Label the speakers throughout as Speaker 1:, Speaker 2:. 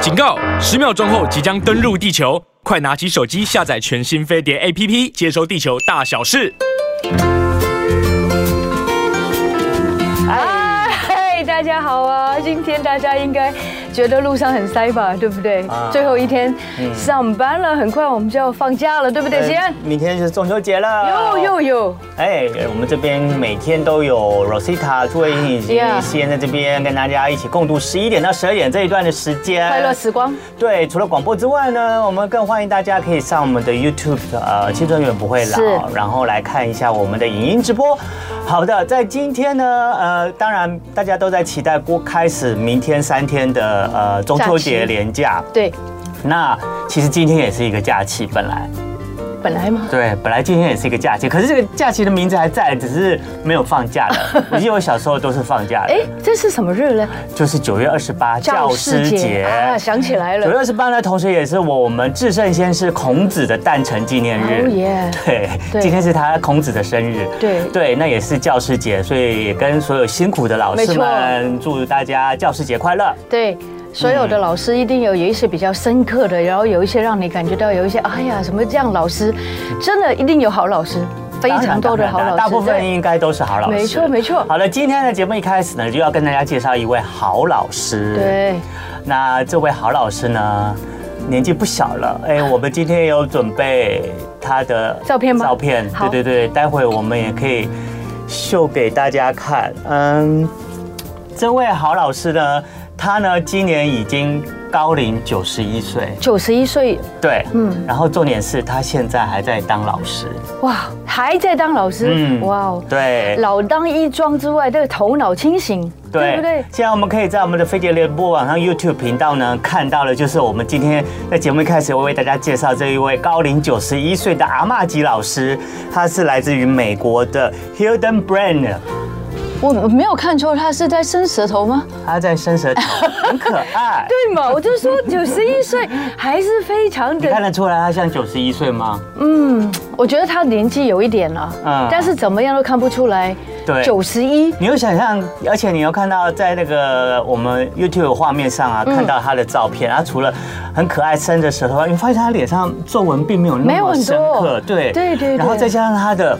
Speaker 1: 警告！十秒钟后即将登陆地球，快拿起手机下载全新飞碟 APP，接收地球大小事。
Speaker 2: 嗨，大家好
Speaker 3: 嗯
Speaker 2: 啊！今天大家应该觉得路上很塞吧，对不对？
Speaker 3: 啊
Speaker 2: 最后一天上班了，很快我们就要放假了，对不对，
Speaker 3: 哎
Speaker 2: 西安？
Speaker 3: 呃明天就是中秋节了。
Speaker 2: 有有有，
Speaker 3: 哎，我们这边每天都有 Rosita、朱慧英以及
Speaker 2: Yeah
Speaker 3: 西恩在这边跟大家一起共度十一点到十二点这一段的时间。
Speaker 2: 快乐时光。
Speaker 3: 对，除了广播之外呢，我们更欢迎大家可以上我们的 YouTube 呃，青春永远不会
Speaker 2: 嗯是
Speaker 3: 老，然后来看一下我们的影音直播。好的，在今天呢，呃，当然大家都在期待过开始明天三天的呃中秋
Speaker 2: 假期
Speaker 3: 节连假。
Speaker 2: 对，
Speaker 3: 那其实今天也是一个假期，本来
Speaker 2: 本来嘛，
Speaker 3: 对，本来今天也是一个假期，可是这个假期的名字还在，只是没有放假 了。我记得我小时候都是放假的
Speaker 2: 哎，，这是什么日呢？
Speaker 3: 就是九月二十八教师节。
Speaker 2: 啊，想起来
Speaker 3: 九月
Speaker 2: 了。
Speaker 3: 二十八呢，同时也是我们至圣先师孔子的诞辰纪念日。
Speaker 2: 哦耶！
Speaker 3: 对，
Speaker 2: 对
Speaker 3: 今天是他孔子的生日。
Speaker 2: 对
Speaker 3: 对，那也是教师节，所以也跟所有辛苦的老
Speaker 2: 没
Speaker 3: 师
Speaker 2: 错
Speaker 3: 们祝大家教师节快乐。
Speaker 2: 对，所有的老师一定有有一些比较深刻的，然后有一些让你感觉到有一些，哎呀，什么这样老师，真的一定有好老师，非
Speaker 3: 当然
Speaker 2: 常多的好
Speaker 3: 当
Speaker 2: 老
Speaker 3: 然
Speaker 2: 师，
Speaker 3: 大部分
Speaker 2: 对
Speaker 3: 应该都是好老师。
Speaker 2: 没错没错
Speaker 3: 好了，今天的节目一开始呢，就要跟大家介绍一位好老师。。
Speaker 2: 对。
Speaker 3: 那这位好老师呢，年纪不小了。哎，我们今天也有准备他的
Speaker 2: 照片吗
Speaker 3: 照片，
Speaker 2: 好
Speaker 3: 对对对，待会我们也可以秀给大家看。嗯，这位好老师呢，他呢今年已经高龄九十一岁，
Speaker 2: 九十一岁，
Speaker 3: 对，
Speaker 2: 嗯
Speaker 3: 嗯。然后重点是他现在还在当老师，
Speaker 2: 哇，还在当老师，
Speaker 3: 嗯
Speaker 2: 哇哦，
Speaker 3: 对。
Speaker 2: 老当益壮之外，这个头脑清醒，对不对？
Speaker 3: 现在我们可以在我们的飞碟联播网上 YouTube 频道呢看到了，就是我们今天在节目一开始我为大家介绍这一位高龄九十一岁的阿嬷级老师，他是来自于美国的 Hilden Brand，
Speaker 2: 我我没有看错，他是在伸舌头吗？
Speaker 3: 他在伸舌头，很可 爱。
Speaker 2: 对嘛，我就说九十一岁还是非常
Speaker 3: 你看
Speaker 2: 的，
Speaker 3: 得出来他像九十一岁吗？
Speaker 2: 嗯，我觉得他年纪有一点了、
Speaker 3: 嗯
Speaker 2: 但是怎么样都看不出来，
Speaker 3: 对
Speaker 2: 九十一，
Speaker 3: 你有想象，而且你有看到在那个我们 YouTube 画面上啊，
Speaker 2: 嗯
Speaker 3: 看到他的照片，他除了很可爱伸着舌头，你发现他脸上皱纹并没有
Speaker 2: 没
Speaker 3: 那
Speaker 2: 有
Speaker 3: 么
Speaker 2: 很
Speaker 3: 深
Speaker 2: 多
Speaker 3: 刻，对
Speaker 2: 对对对
Speaker 3: 然后再加上他的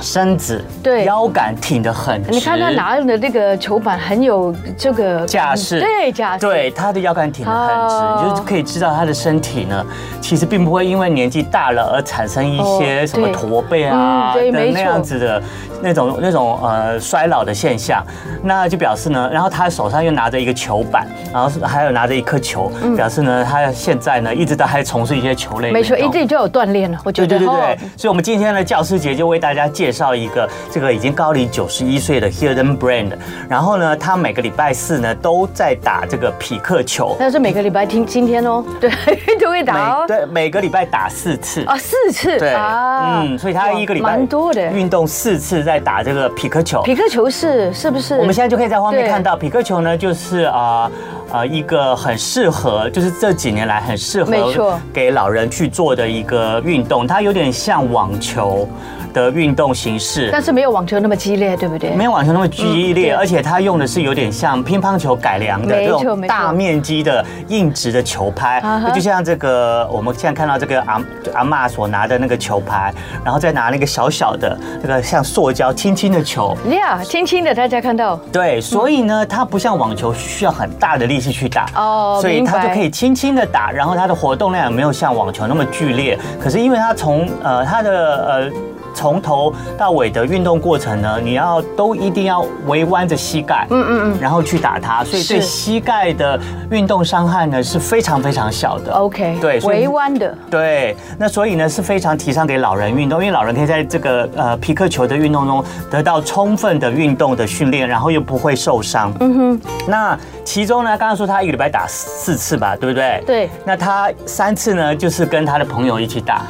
Speaker 3: 身子，
Speaker 2: 对
Speaker 3: 腰杆挺得很直，
Speaker 2: 你看他拿的那个球板很有这个
Speaker 3: 架势，
Speaker 2: 对架势，
Speaker 3: 对，他的腰杆挺得很直，
Speaker 2: 哦
Speaker 3: 你就是可以知道他的身体呢，其实并不会因为年纪大了而产生一
Speaker 2: 哦
Speaker 3: 些什么
Speaker 2: 对
Speaker 3: 驼背啊
Speaker 2: 嗯对
Speaker 3: 的
Speaker 2: 没
Speaker 3: 那样
Speaker 2: 错
Speaker 3: 子的那种那种呃衰老的现象。那就表示呢，然后他手上又拿着一个球板，然后还有拿着一颗球，表示呢他现在呢一直都还从事一些球类
Speaker 2: 嗯没
Speaker 3: 运
Speaker 2: 错，一
Speaker 3: 动。
Speaker 2: 定就有锻炼了，我觉得
Speaker 3: 对对对对
Speaker 2: 哦，
Speaker 3: 所以我们今天的教师节就为大家介绍一个这个已经高龄九十一岁的 Hilden Brand，然后呢，他每个礼拜四呢都在打这个匹克球，
Speaker 2: 但是每个礼拜听今天哦，对， 都会打哦
Speaker 3: 每。对每个礼拜打四次。
Speaker 2: 啊，四次
Speaker 3: 对，
Speaker 2: 啊，
Speaker 3: 嗯，所以他一个礼
Speaker 2: 哇
Speaker 3: 拜
Speaker 2: 蛮多的。
Speaker 3: 运动四次在打这个匹克球。
Speaker 2: 匹克球是是不是？
Speaker 3: 我们现在就可以在画面
Speaker 2: 对
Speaker 3: 看到，匹克球呢，就是啊呃一个很适合，就是这几年来很适
Speaker 2: 没错
Speaker 3: 合给老人去做的一个运动，它有点像网球的运动形式。
Speaker 2: 但是没有网球那么激烈，对不对？
Speaker 3: 没有网球那么激
Speaker 2: 嗯对
Speaker 3: 烈，而且它用的是有点像乒乓球改良的
Speaker 2: 没
Speaker 3: 这
Speaker 2: 错
Speaker 3: 种
Speaker 2: 没错
Speaker 3: 大面积的硬直的球拍
Speaker 2: 啊哈，
Speaker 3: 就像这个我们现在看到这个阿阿嬷所拿的那个球拍，然后再拿那个小小的那个像塑胶轻轻的球。
Speaker 2: 呀，轻轻的，大家看到
Speaker 3: 对，所以呢，它不像网球需要很大的力气去打，
Speaker 2: 哦
Speaker 3: 所以它
Speaker 2: 明
Speaker 3: 就
Speaker 2: 白
Speaker 3: 可以轻轻的打，然后它的活动量也没有像网球那么剧烈。可是因为它从呃它的呃从头到尾的运动过程呢，你要都一定要围弯着膝盖，嗯嗯嗯，然后去打它，所以
Speaker 2: 是
Speaker 3: 对膝盖的运动伤害呢是非常非常小的。
Speaker 2: ，OK，
Speaker 3: 对，所以
Speaker 2: 围弯的，
Speaker 3: 对，那所以呢是非常提倡给老人运动，因为老人可以在这个呃皮克球的运动中得到充分的运动的训练，然后又不会受伤。嗯哼。那其中呢，刚刚说他一个礼拜打四次吧，对不对？
Speaker 2: 对
Speaker 3: 那他三次呢，就是跟他的朋友一起打，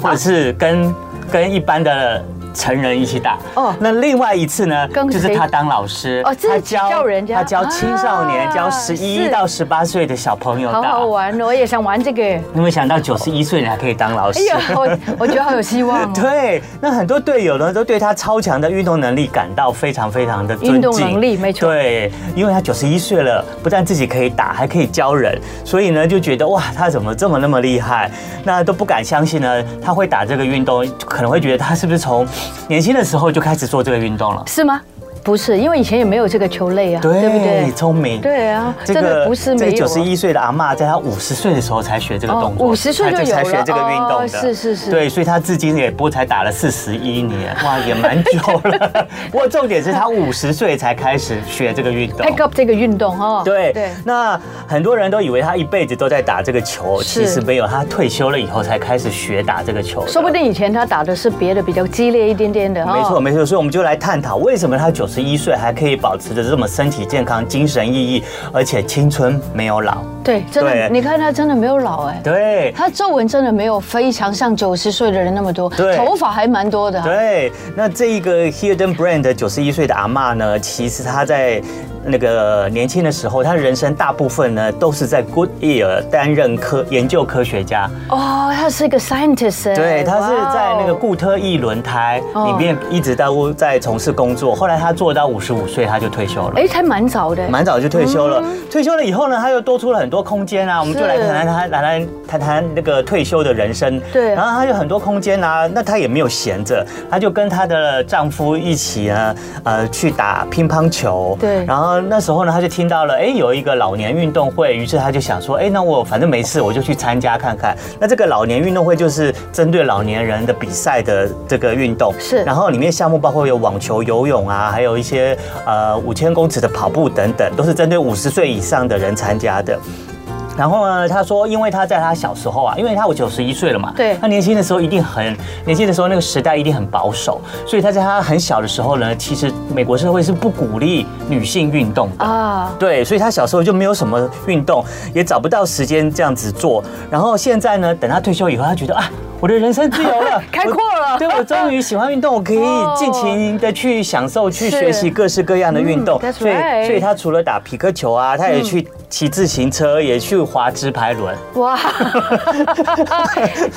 Speaker 3: 或者是跟、跟一般的成人一起打。
Speaker 2: 哦
Speaker 3: 哦，那另外一次呢
Speaker 2: 跟，
Speaker 3: 就
Speaker 2: 谁
Speaker 3: 是他当老师，
Speaker 2: 哦自己教人家
Speaker 3: 他教青少年，
Speaker 2: 啊
Speaker 3: 教十一
Speaker 2: 是
Speaker 3: 到十八岁的小朋友
Speaker 2: 好
Speaker 3: 打
Speaker 2: 好。玩哦，我也想玩这个。哎
Speaker 3: 你有没有想到九十一岁你还可以当老师？
Speaker 2: 呀，我我觉得好有希望哦。
Speaker 3: 对，那很多队友呢都对他超强的运动能力感到非常非常的尊敬。
Speaker 2: 运动能力没错
Speaker 3: 对，因为他九十一岁了，不但自己可以打，还可以教人，所以呢就觉得哇，他怎么这么那么厉害？那都不敢相信呢，他会打这个运动，可能会觉得他是不是从年轻的时候就开始做这个运动了？
Speaker 2: 是吗？不是，因为以前也没有这个球类啊，对不对？
Speaker 3: 聪明。
Speaker 2: 对啊，
Speaker 3: 这
Speaker 2: 真
Speaker 3: 个
Speaker 2: 的不是没有
Speaker 3: 九
Speaker 2: 啊。
Speaker 3: 十一岁的阿嬷，在她五十岁的时候才学这个动作，
Speaker 2: 哦50岁就
Speaker 3: 她才
Speaker 2: 有了
Speaker 3: 学这个运动的，
Speaker 2: 哦是是是
Speaker 3: 对，所以她至今也不过才打了四十一年，哇，也蛮久 了。不过重点是她五十岁才开始学这个运动
Speaker 2: pick。up 这个运动哦，
Speaker 3: 对
Speaker 2: 对，
Speaker 3: 那很多人都以为她一辈子都在打这个球，
Speaker 2: 是
Speaker 3: 其实没有，她退休了以后才开始学打这个球的。
Speaker 2: 说哦不定以前他打的是别的比较激烈一点点的哦，
Speaker 3: 没错，没错，所以我们就来探讨为什么他九十一岁还可以保持着这么身体健康、精神奕奕，而且青春没有老。
Speaker 2: 对，真的，
Speaker 3: 对
Speaker 2: 你看他真的没有老哎，
Speaker 3: 对，
Speaker 2: 他皱纹真的没有非常像九十岁的人那么多，
Speaker 3: 对
Speaker 2: 头发还蛮多的啊，
Speaker 3: 对，那这一个 Hilden Brand 九十一岁的阿嬷呢，其实她在那个年轻的时候，她人生大部分呢都是在 Goodyear 担任科研究科学家。
Speaker 2: 哦，他是一个 scientist，哎
Speaker 3: 对，她是在那个
Speaker 2: 哇哦
Speaker 3: 固特异轮胎
Speaker 2: 哦
Speaker 3: 里面一直到在从事工作，后来她做到五十五岁，她就退休了。
Speaker 2: 哎，他蛮早的，
Speaker 3: 蛮早就退休
Speaker 2: 嗯
Speaker 3: 了。退休了以后呢，他又多出了很多空间啊。我们就来谈谈他，来谈谈那个退休的人生。
Speaker 2: 对
Speaker 3: 然后他有很多空间啊，那他也没有闲着，他就跟她的丈夫一起呢，呃，去打乒乓球。
Speaker 2: 对
Speaker 3: 然后那时候呢，他就听到了，哎，有一个老年运动会，于是他就想说，哎，那我反正没事，我就去参加看看。那这个老年运动会就是针对老年人的比赛的这个运动。
Speaker 2: 是
Speaker 3: 然后里面项目包括有网球、游泳啊，还有一些呃五千公尺的跑步等等，都是针对五十岁以上的人参加的。然后呢，他说，因为他在他小时候啊，因为他我九十一岁了嘛，
Speaker 2: 对
Speaker 3: 他年轻的时候一定很年轻的时候那个时代一定很保守，所以他在他很小的时候呢，其实美国社会是不鼓励女性运动的。
Speaker 2: 啊，
Speaker 3: 对，所以他小时候就没有什么运动，也找不到时间这样子做。然后现在呢，等他退休以后，他觉得啊，我的人生自由了
Speaker 2: ，开阔了
Speaker 3: 我对我终于喜欢运动，我可以
Speaker 2: 哦
Speaker 3: 尽情的去享受、去
Speaker 2: 是
Speaker 3: 学习各式各样的运动
Speaker 2: 嗯。that's
Speaker 3: 所以，
Speaker 2: right 嗯
Speaker 3: 所以他除了打皮克球啊，他也去骑自行车，也去滑直排轮。
Speaker 2: 哇，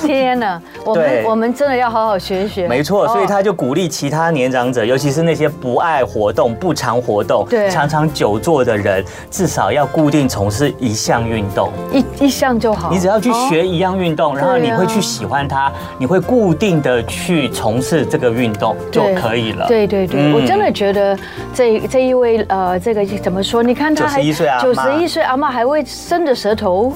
Speaker 2: 天哪，我们
Speaker 3: 对
Speaker 2: 我们真的要好好学一学，
Speaker 3: 没错，所以
Speaker 2: 哦嗯
Speaker 3: 他就鼓励其他年长者，尤其是那些不爱活动、不常活动
Speaker 2: 对、
Speaker 3: 常常久坐的人，至少要固定从事一项运动。
Speaker 2: 一一项就好，
Speaker 3: 你只要去
Speaker 2: 哦
Speaker 3: 学一样运动，然后
Speaker 2: 对
Speaker 3: 你
Speaker 2: 啊
Speaker 3: 会去喜欢它，你会固定的去从事这个运动就
Speaker 2: 对
Speaker 3: 可以了。
Speaker 2: 对对对，
Speaker 3: 嗯
Speaker 2: 我真的觉得这这一位呃，这个怎么说？你看他
Speaker 3: 91岁阿啊
Speaker 2: 九
Speaker 3: 嬷
Speaker 2: 十一岁阿妈还会伸着舌头，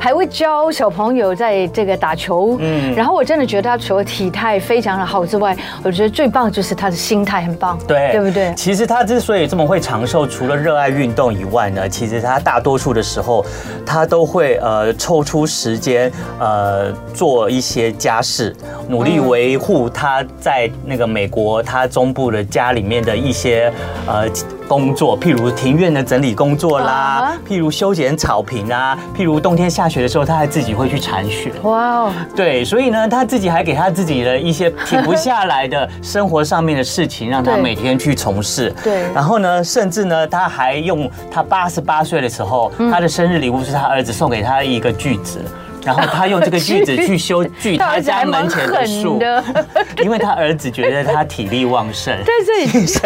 Speaker 2: 还会教小朋友在这个打球。嗯，
Speaker 3: 嗯
Speaker 2: 然后我真的觉得他除了体态非常的好之外，我觉得最棒就是他的心态很棒，
Speaker 3: 对，
Speaker 2: 对不对？
Speaker 3: 其实他之所以这么会长寿，除了热爱运动以外呢，其实他大多数的时候，他都会呃抽出时间呃做一些家事，努力维护他在那个美国他中部的家里面的一些呃。工作，譬如庭院的整理工作啦
Speaker 2: 啊，
Speaker 3: 譬如修剪草坪啊，譬如冬天下雪的时候，他还自己会去铲雪。
Speaker 2: 哇哦，
Speaker 3: 对，所以呢，他自己还给他自己 的一些停不下来的生活上面的事情，让他
Speaker 2: 对
Speaker 3: 每天去从事。
Speaker 2: 对
Speaker 3: 然后呢，甚至呢，他还用他八十八岁的时候，
Speaker 2: 嗯
Speaker 3: 他的生日礼物是他儿子送给他的一个锯子。然后他用这个锯子 去修锯
Speaker 2: 他
Speaker 3: 他
Speaker 2: 儿子还
Speaker 3: 家门前的树
Speaker 2: 蛮狠，
Speaker 3: 因为他儿子觉得他体力旺 盛。 啊
Speaker 2: 但是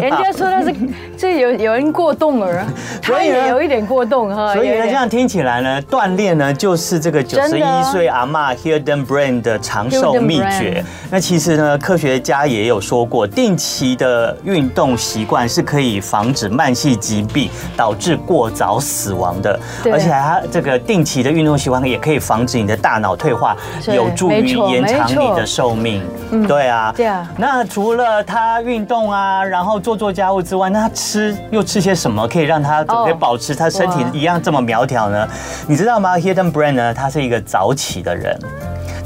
Speaker 2: 人家说他是这有有人过动儿啊，
Speaker 3: 所
Speaker 2: 他
Speaker 3: 以呢
Speaker 2: 也有一点过动哈，
Speaker 3: 所以
Speaker 2: 有
Speaker 3: 呢，
Speaker 2: 一
Speaker 3: 这
Speaker 2: 点
Speaker 3: 样听起来呢，锻炼呢就是这个九
Speaker 2: 真
Speaker 3: 十
Speaker 2: 的啊
Speaker 3: 一岁阿嬷 Hilden Brand 的长寿
Speaker 2: Hilden
Speaker 3: 秘
Speaker 2: Brand
Speaker 3: 诀。那其实呢，科学家也有说过，定期的运动习惯是可以防止慢性疾病导致过早死亡的，
Speaker 2: 对
Speaker 3: 而且它这个定期的运动习惯也可以防止你的大脑退化，
Speaker 2: 对
Speaker 3: 有助
Speaker 2: 没
Speaker 3: 于
Speaker 2: 错
Speaker 3: 延
Speaker 2: 没
Speaker 3: 长你
Speaker 2: 错
Speaker 3: 的寿命。对啊，
Speaker 2: 对啊
Speaker 3: 那除了他运动啊，然后做做家务之外，那他吃又吃些什么可以让他
Speaker 2: 哦
Speaker 3: 可以保持他身体
Speaker 2: 哇
Speaker 3: 一样这么苗条呢？你知道吗？Hilden Brand 呢，他是一个早起的人。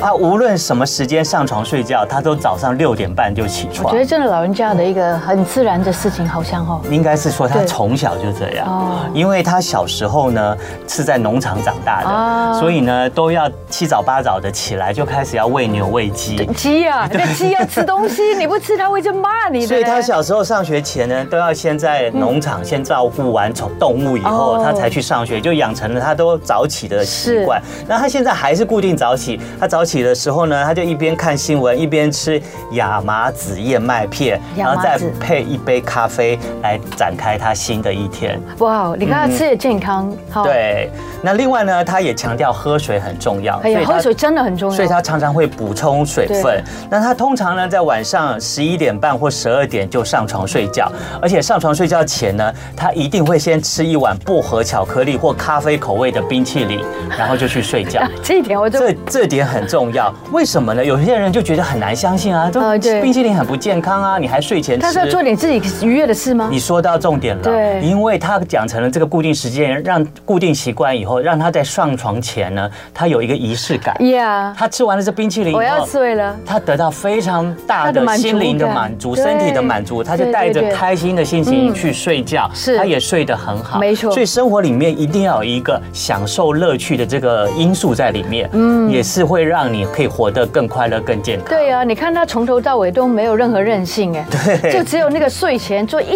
Speaker 3: 他无论什么时间上床睡觉，他都早上六点半就起
Speaker 2: 我
Speaker 3: 床
Speaker 2: 觉。得真的老人家的一个很自然的事情，好像哦，
Speaker 3: 应该是说他
Speaker 2: 对
Speaker 3: 从小就这
Speaker 2: 哦
Speaker 3: 样，因为他小时候呢是在农场长大
Speaker 2: 啊
Speaker 3: 的，所以呢都要七早八早的起来就开始要喂牛喂鸡。
Speaker 2: 鸡 啊，那鸡要吃东西，你不吃它会就骂你的。
Speaker 3: 所以他小时候上学前呢，都要先在农场先照顾完宠动物以后，
Speaker 2: 哦
Speaker 3: 他才去上学，就养成了他都早起的习惯。那他现在还是固定早起，他早起的时候呢，他就一边看新闻一边吃亚麻籽燕麦片，
Speaker 2: 亚
Speaker 3: 然
Speaker 2: 麻
Speaker 3: 后再
Speaker 2: 籽
Speaker 3: 配一杯咖啡来展开他新的一天。
Speaker 2: 哇，你看它吃也健康，好，
Speaker 3: 对，那另外呢，他也强调喝水很重要，
Speaker 2: 哎呀，
Speaker 3: 他
Speaker 2: 喝水真的很重要。
Speaker 3: 所以他常常会补充水
Speaker 2: 对
Speaker 3: 分。那他通常呢，在晚上十一点半或十二点就上床睡觉，而且上床睡觉前呢，他一定会先吃一碗薄荷巧克力或咖啡口味的冰淇淋，然后就去睡 觉
Speaker 2: 啊。 这一点我就
Speaker 3: 这这点很重要，为什么呢？有些人就觉得很难相信啊，
Speaker 2: 呃
Speaker 3: 都
Speaker 2: 对
Speaker 3: 吃冰淇淋很不健康啊，你还睡前吃。
Speaker 2: 他是要做点自己愉悦的事吗
Speaker 3: 你？说到重点了，
Speaker 2: 对
Speaker 3: 因为他讲成了这个固定时间，让固定习惯以后，让他在上床前呢，他有一个仪式感。
Speaker 2: 呀，
Speaker 3: 他吃完了这冰淇淋以后，
Speaker 2: 我要睡了。
Speaker 3: 他得到非常大
Speaker 2: 他的
Speaker 3: 的
Speaker 2: 满足
Speaker 3: 心灵的
Speaker 2: 感
Speaker 3: 满足、
Speaker 2: 对
Speaker 3: 身体的满足，他就
Speaker 2: 对
Speaker 3: 带着
Speaker 2: 对对嗯
Speaker 3: 开心的心情去睡觉，
Speaker 2: 是
Speaker 3: 他也睡得很好，
Speaker 2: 没错
Speaker 3: 所以生活里面一定要有一个享受乐趣的这个因素在里面，嗯，也是会让你可以活得更快乐、更健康。
Speaker 2: 对啊呀、你看他从头到尾都没有任何任性哎，就只有那个睡前做一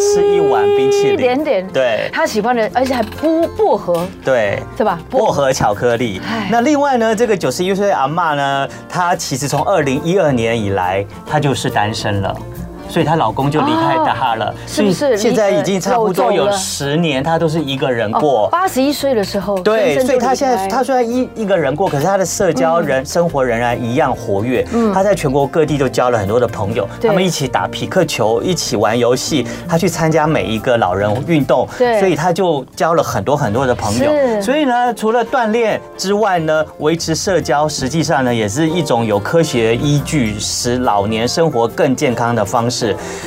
Speaker 3: 吃一碗冰淇淋
Speaker 2: 一点点，
Speaker 3: 对
Speaker 2: 他喜欢的，而且还不薄荷，
Speaker 3: 对。
Speaker 2: 对吧？
Speaker 3: 薄荷巧克力
Speaker 2: 唉。
Speaker 3: 那另外呢，这个九十一岁阿嬷呢，她其实从二零一二年以来，她就是单身了。所以她老公就离开她了，
Speaker 2: 哦是不是
Speaker 3: 所以现在已经差不多
Speaker 2: 离
Speaker 3: 有
Speaker 2: 呃
Speaker 3: 十年，她都是一个人过。
Speaker 2: 哦八十一岁的时候，
Speaker 3: 对，
Speaker 2: 深深
Speaker 3: 所以
Speaker 2: 哦就
Speaker 3: 她
Speaker 2: 离
Speaker 3: 现在
Speaker 2: 开
Speaker 3: 她虽然一一个人过，可是她的社
Speaker 2: 嗯
Speaker 3: 交人生活仍然一样活跃。她在全国各地都交了很多的朋友，
Speaker 2: 对
Speaker 3: 他们一起打匹克球，一起玩游戏，她去参加每一个老人运动，
Speaker 2: 对
Speaker 3: 所以她就交了很多很多的朋友。
Speaker 2: 是
Speaker 3: 所以呢，除了锻炼之外呢，维持社交实际上呢也是一种有科学依据使老年生活更健康的方式。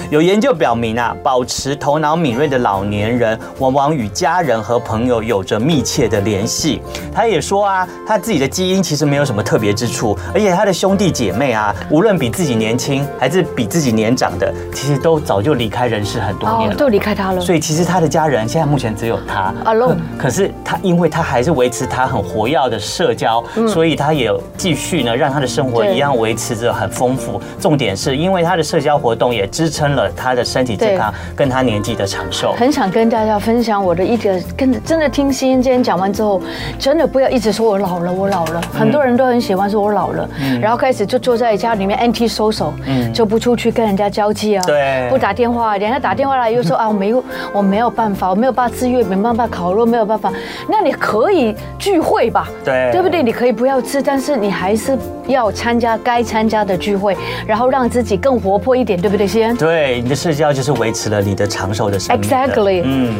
Speaker 3: 有研究表明啊，保持头脑敏锐的老年人，往往与家人和朋友有着密切的联系。他也说啊，他自己的基因其实没有什么特别之处，而且他的兄弟姐妹啊，无论比自己年轻还是比自己年长的，其实都早就离开人世很多年
Speaker 2: 哦，
Speaker 3: 了。
Speaker 2: 都离开他了。
Speaker 3: 所以其实他的家人现在目前只有他
Speaker 2: Alone
Speaker 3: 可可是他因为他还是维持他很活跃的社交，
Speaker 2: 嗯
Speaker 3: 所以他也有继续呢让他的生活
Speaker 2: 对
Speaker 3: 一样维持着很丰富。重点是因为他的社交活动也支撑了他的身体健康跟他年纪的长寿。
Speaker 2: 很想跟大家分享我的一个，跟真的听欣欣今天讲完之后，真的不要一直说我老了，我老
Speaker 3: 嗯
Speaker 2: 了。很多人都很喜欢说我老了，然后开始就坐在家里面 anti social，就不出去跟人家交际啊，
Speaker 3: 嗯对
Speaker 2: 不打电话，人家打电话来又说啊，我没有，我没有办法，我没有办法自愈，没办法烤肉，没有办法。那你可以聚会吧，
Speaker 3: 对
Speaker 2: 对不对？你可以不要吃，但是你还是要参加该参加的聚会，然后让自己更活泼一点，对不对，欣欣？
Speaker 3: 对，你的社交就是维持了你的长寿的生命的。
Speaker 2: Exactly
Speaker 3: 嗯。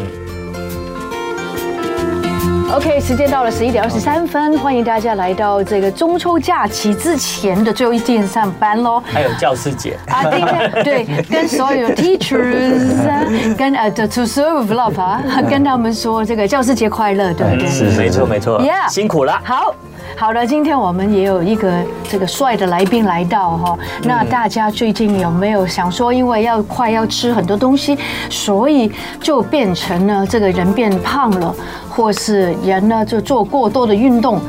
Speaker 2: OK，时间到了十一点二十三分，欢迎大家来到这个中秋假期之前的最后一天上班喽。
Speaker 3: 还有教师节，
Speaker 2: 啊，对的对，跟所有 teachers，啊跟呃，to to serve love 啊，跟他们说这个教师节快乐，对不对？
Speaker 3: 是没错没错
Speaker 2: 嗯 Yeah
Speaker 3: 辛苦了。
Speaker 2: 好。好的，今天我们也有一个这个帅的来宾来到哈、
Speaker 4: 嗯
Speaker 2: 那大家最近有没有想说，因为要快要吃很多东西，所以就变成呢这个人变胖了，或是人呢就做过多的运动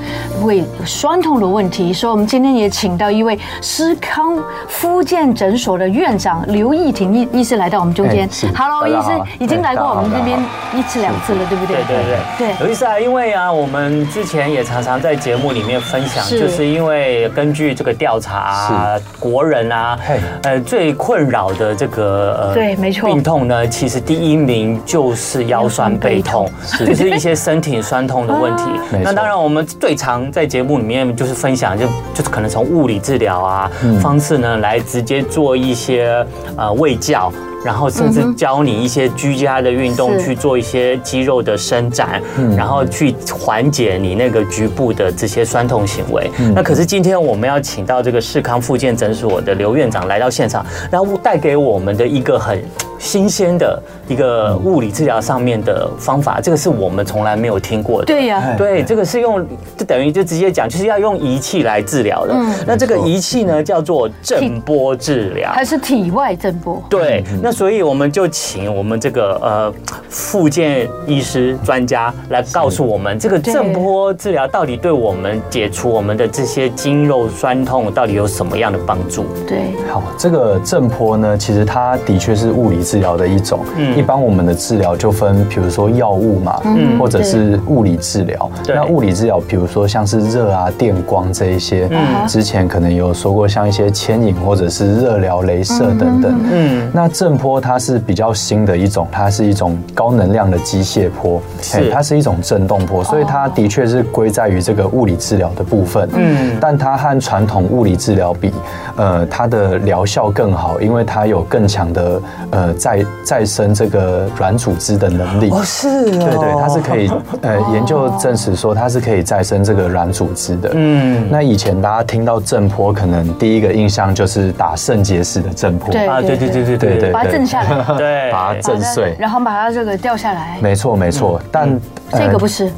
Speaker 2: 会有酸痛的问题？所以我们今天也请到一位思康复健诊所的院长刘义婷医医师来到我们中间
Speaker 4: 哎是。
Speaker 2: Hello，
Speaker 4: 大
Speaker 2: 医
Speaker 4: 家
Speaker 2: 师
Speaker 4: 好
Speaker 2: 已经来过我们
Speaker 4: 哎大家
Speaker 2: 这
Speaker 4: 好
Speaker 2: 边一次两次了，对不对？
Speaker 3: 对对对
Speaker 2: 对，
Speaker 3: 有意思啊，因为啊，我们之前也常常在节目里面分享，
Speaker 2: 是
Speaker 3: 就是因为根据这个调查、啊，国人啊
Speaker 4: 嘿，
Speaker 3: 呃，最困扰的这个呃，
Speaker 2: 对没错
Speaker 3: 病痛呢，其实第一名就是腰酸背痛， 就是一些身体酸痛的问题。
Speaker 2: 啊
Speaker 4: 没
Speaker 3: 那
Speaker 4: 错
Speaker 3: 当然，我们最常在节目里面就是分享，就就是可能从物理治疗啊、
Speaker 2: 嗯
Speaker 3: 方式呢，来直接做一些呃卫教。然后甚至教你一些居家的运动
Speaker 2: 嗯是
Speaker 3: 去做一些肌肉的伸展，然后去缓解你那个局部的这些酸痛行为。那可是今天我们要请到这个世康复健诊所的刘院长来到现场，然后带给我们的一个很新鲜的一个物理治疗上面的方法，这个是我们从来没有听过的。
Speaker 2: 对呀
Speaker 3: 哎对，这个是用，就等于就直接讲，就是要用仪器来治疗的。那这个仪器呢，叫做震波治
Speaker 4: 啊
Speaker 3: 疗。
Speaker 2: 还是体外震波。
Speaker 3: 对，
Speaker 4: 嗯
Speaker 3: 那所以我们就请我们这个呃复健医师专家来告诉我们，这个
Speaker 2: 对
Speaker 3: 震波治疗到底对我们解除我们的这些筋肉酸痛到底有什么样的帮助？
Speaker 2: 对，
Speaker 4: 好，这个震波呢，其实它的确是物理治疗的一种。
Speaker 3: 嗯
Speaker 4: 一般我们的治疗就分，比如说药物嘛，
Speaker 2: 嗯
Speaker 4: 或者是物理治疗。
Speaker 3: 对
Speaker 4: 那物理治疗，比如说像是热啊、电光这一些，
Speaker 2: 嗯
Speaker 4: 之前可能有说过，像一些牵引或者是热疗、镭射等等。
Speaker 3: 嗯，
Speaker 4: 那震波它是比较新的一种，它是一种高能量的机械波，
Speaker 3: 是哦
Speaker 4: 嘿它是一种振动波，所以它的确是归在于这个物理治疗的部分。
Speaker 3: 嗯
Speaker 4: 嗯，但它和传统物理治疗比，呃，它的疗效更好，因为它有更强的呃再再生这个软组织的能力。
Speaker 3: 哦是哦，
Speaker 4: 对对，它是可以呃研究证实说它是可以再生这个软组织的。
Speaker 3: 嗯
Speaker 4: 那以前大家听到震波，可能第一个印象就是打肾结石的震波，
Speaker 2: 对
Speaker 3: 啊，对对对对对
Speaker 4: 对
Speaker 3: 对
Speaker 4: 对
Speaker 2: 把它震下来，把
Speaker 3: 对，
Speaker 4: 把它 震碎。
Speaker 2: 然后把它这个掉下来。
Speaker 4: 没错，没错，
Speaker 3: 嗯
Speaker 4: 但
Speaker 2: 这个不
Speaker 4: 是。
Speaker 2: 是，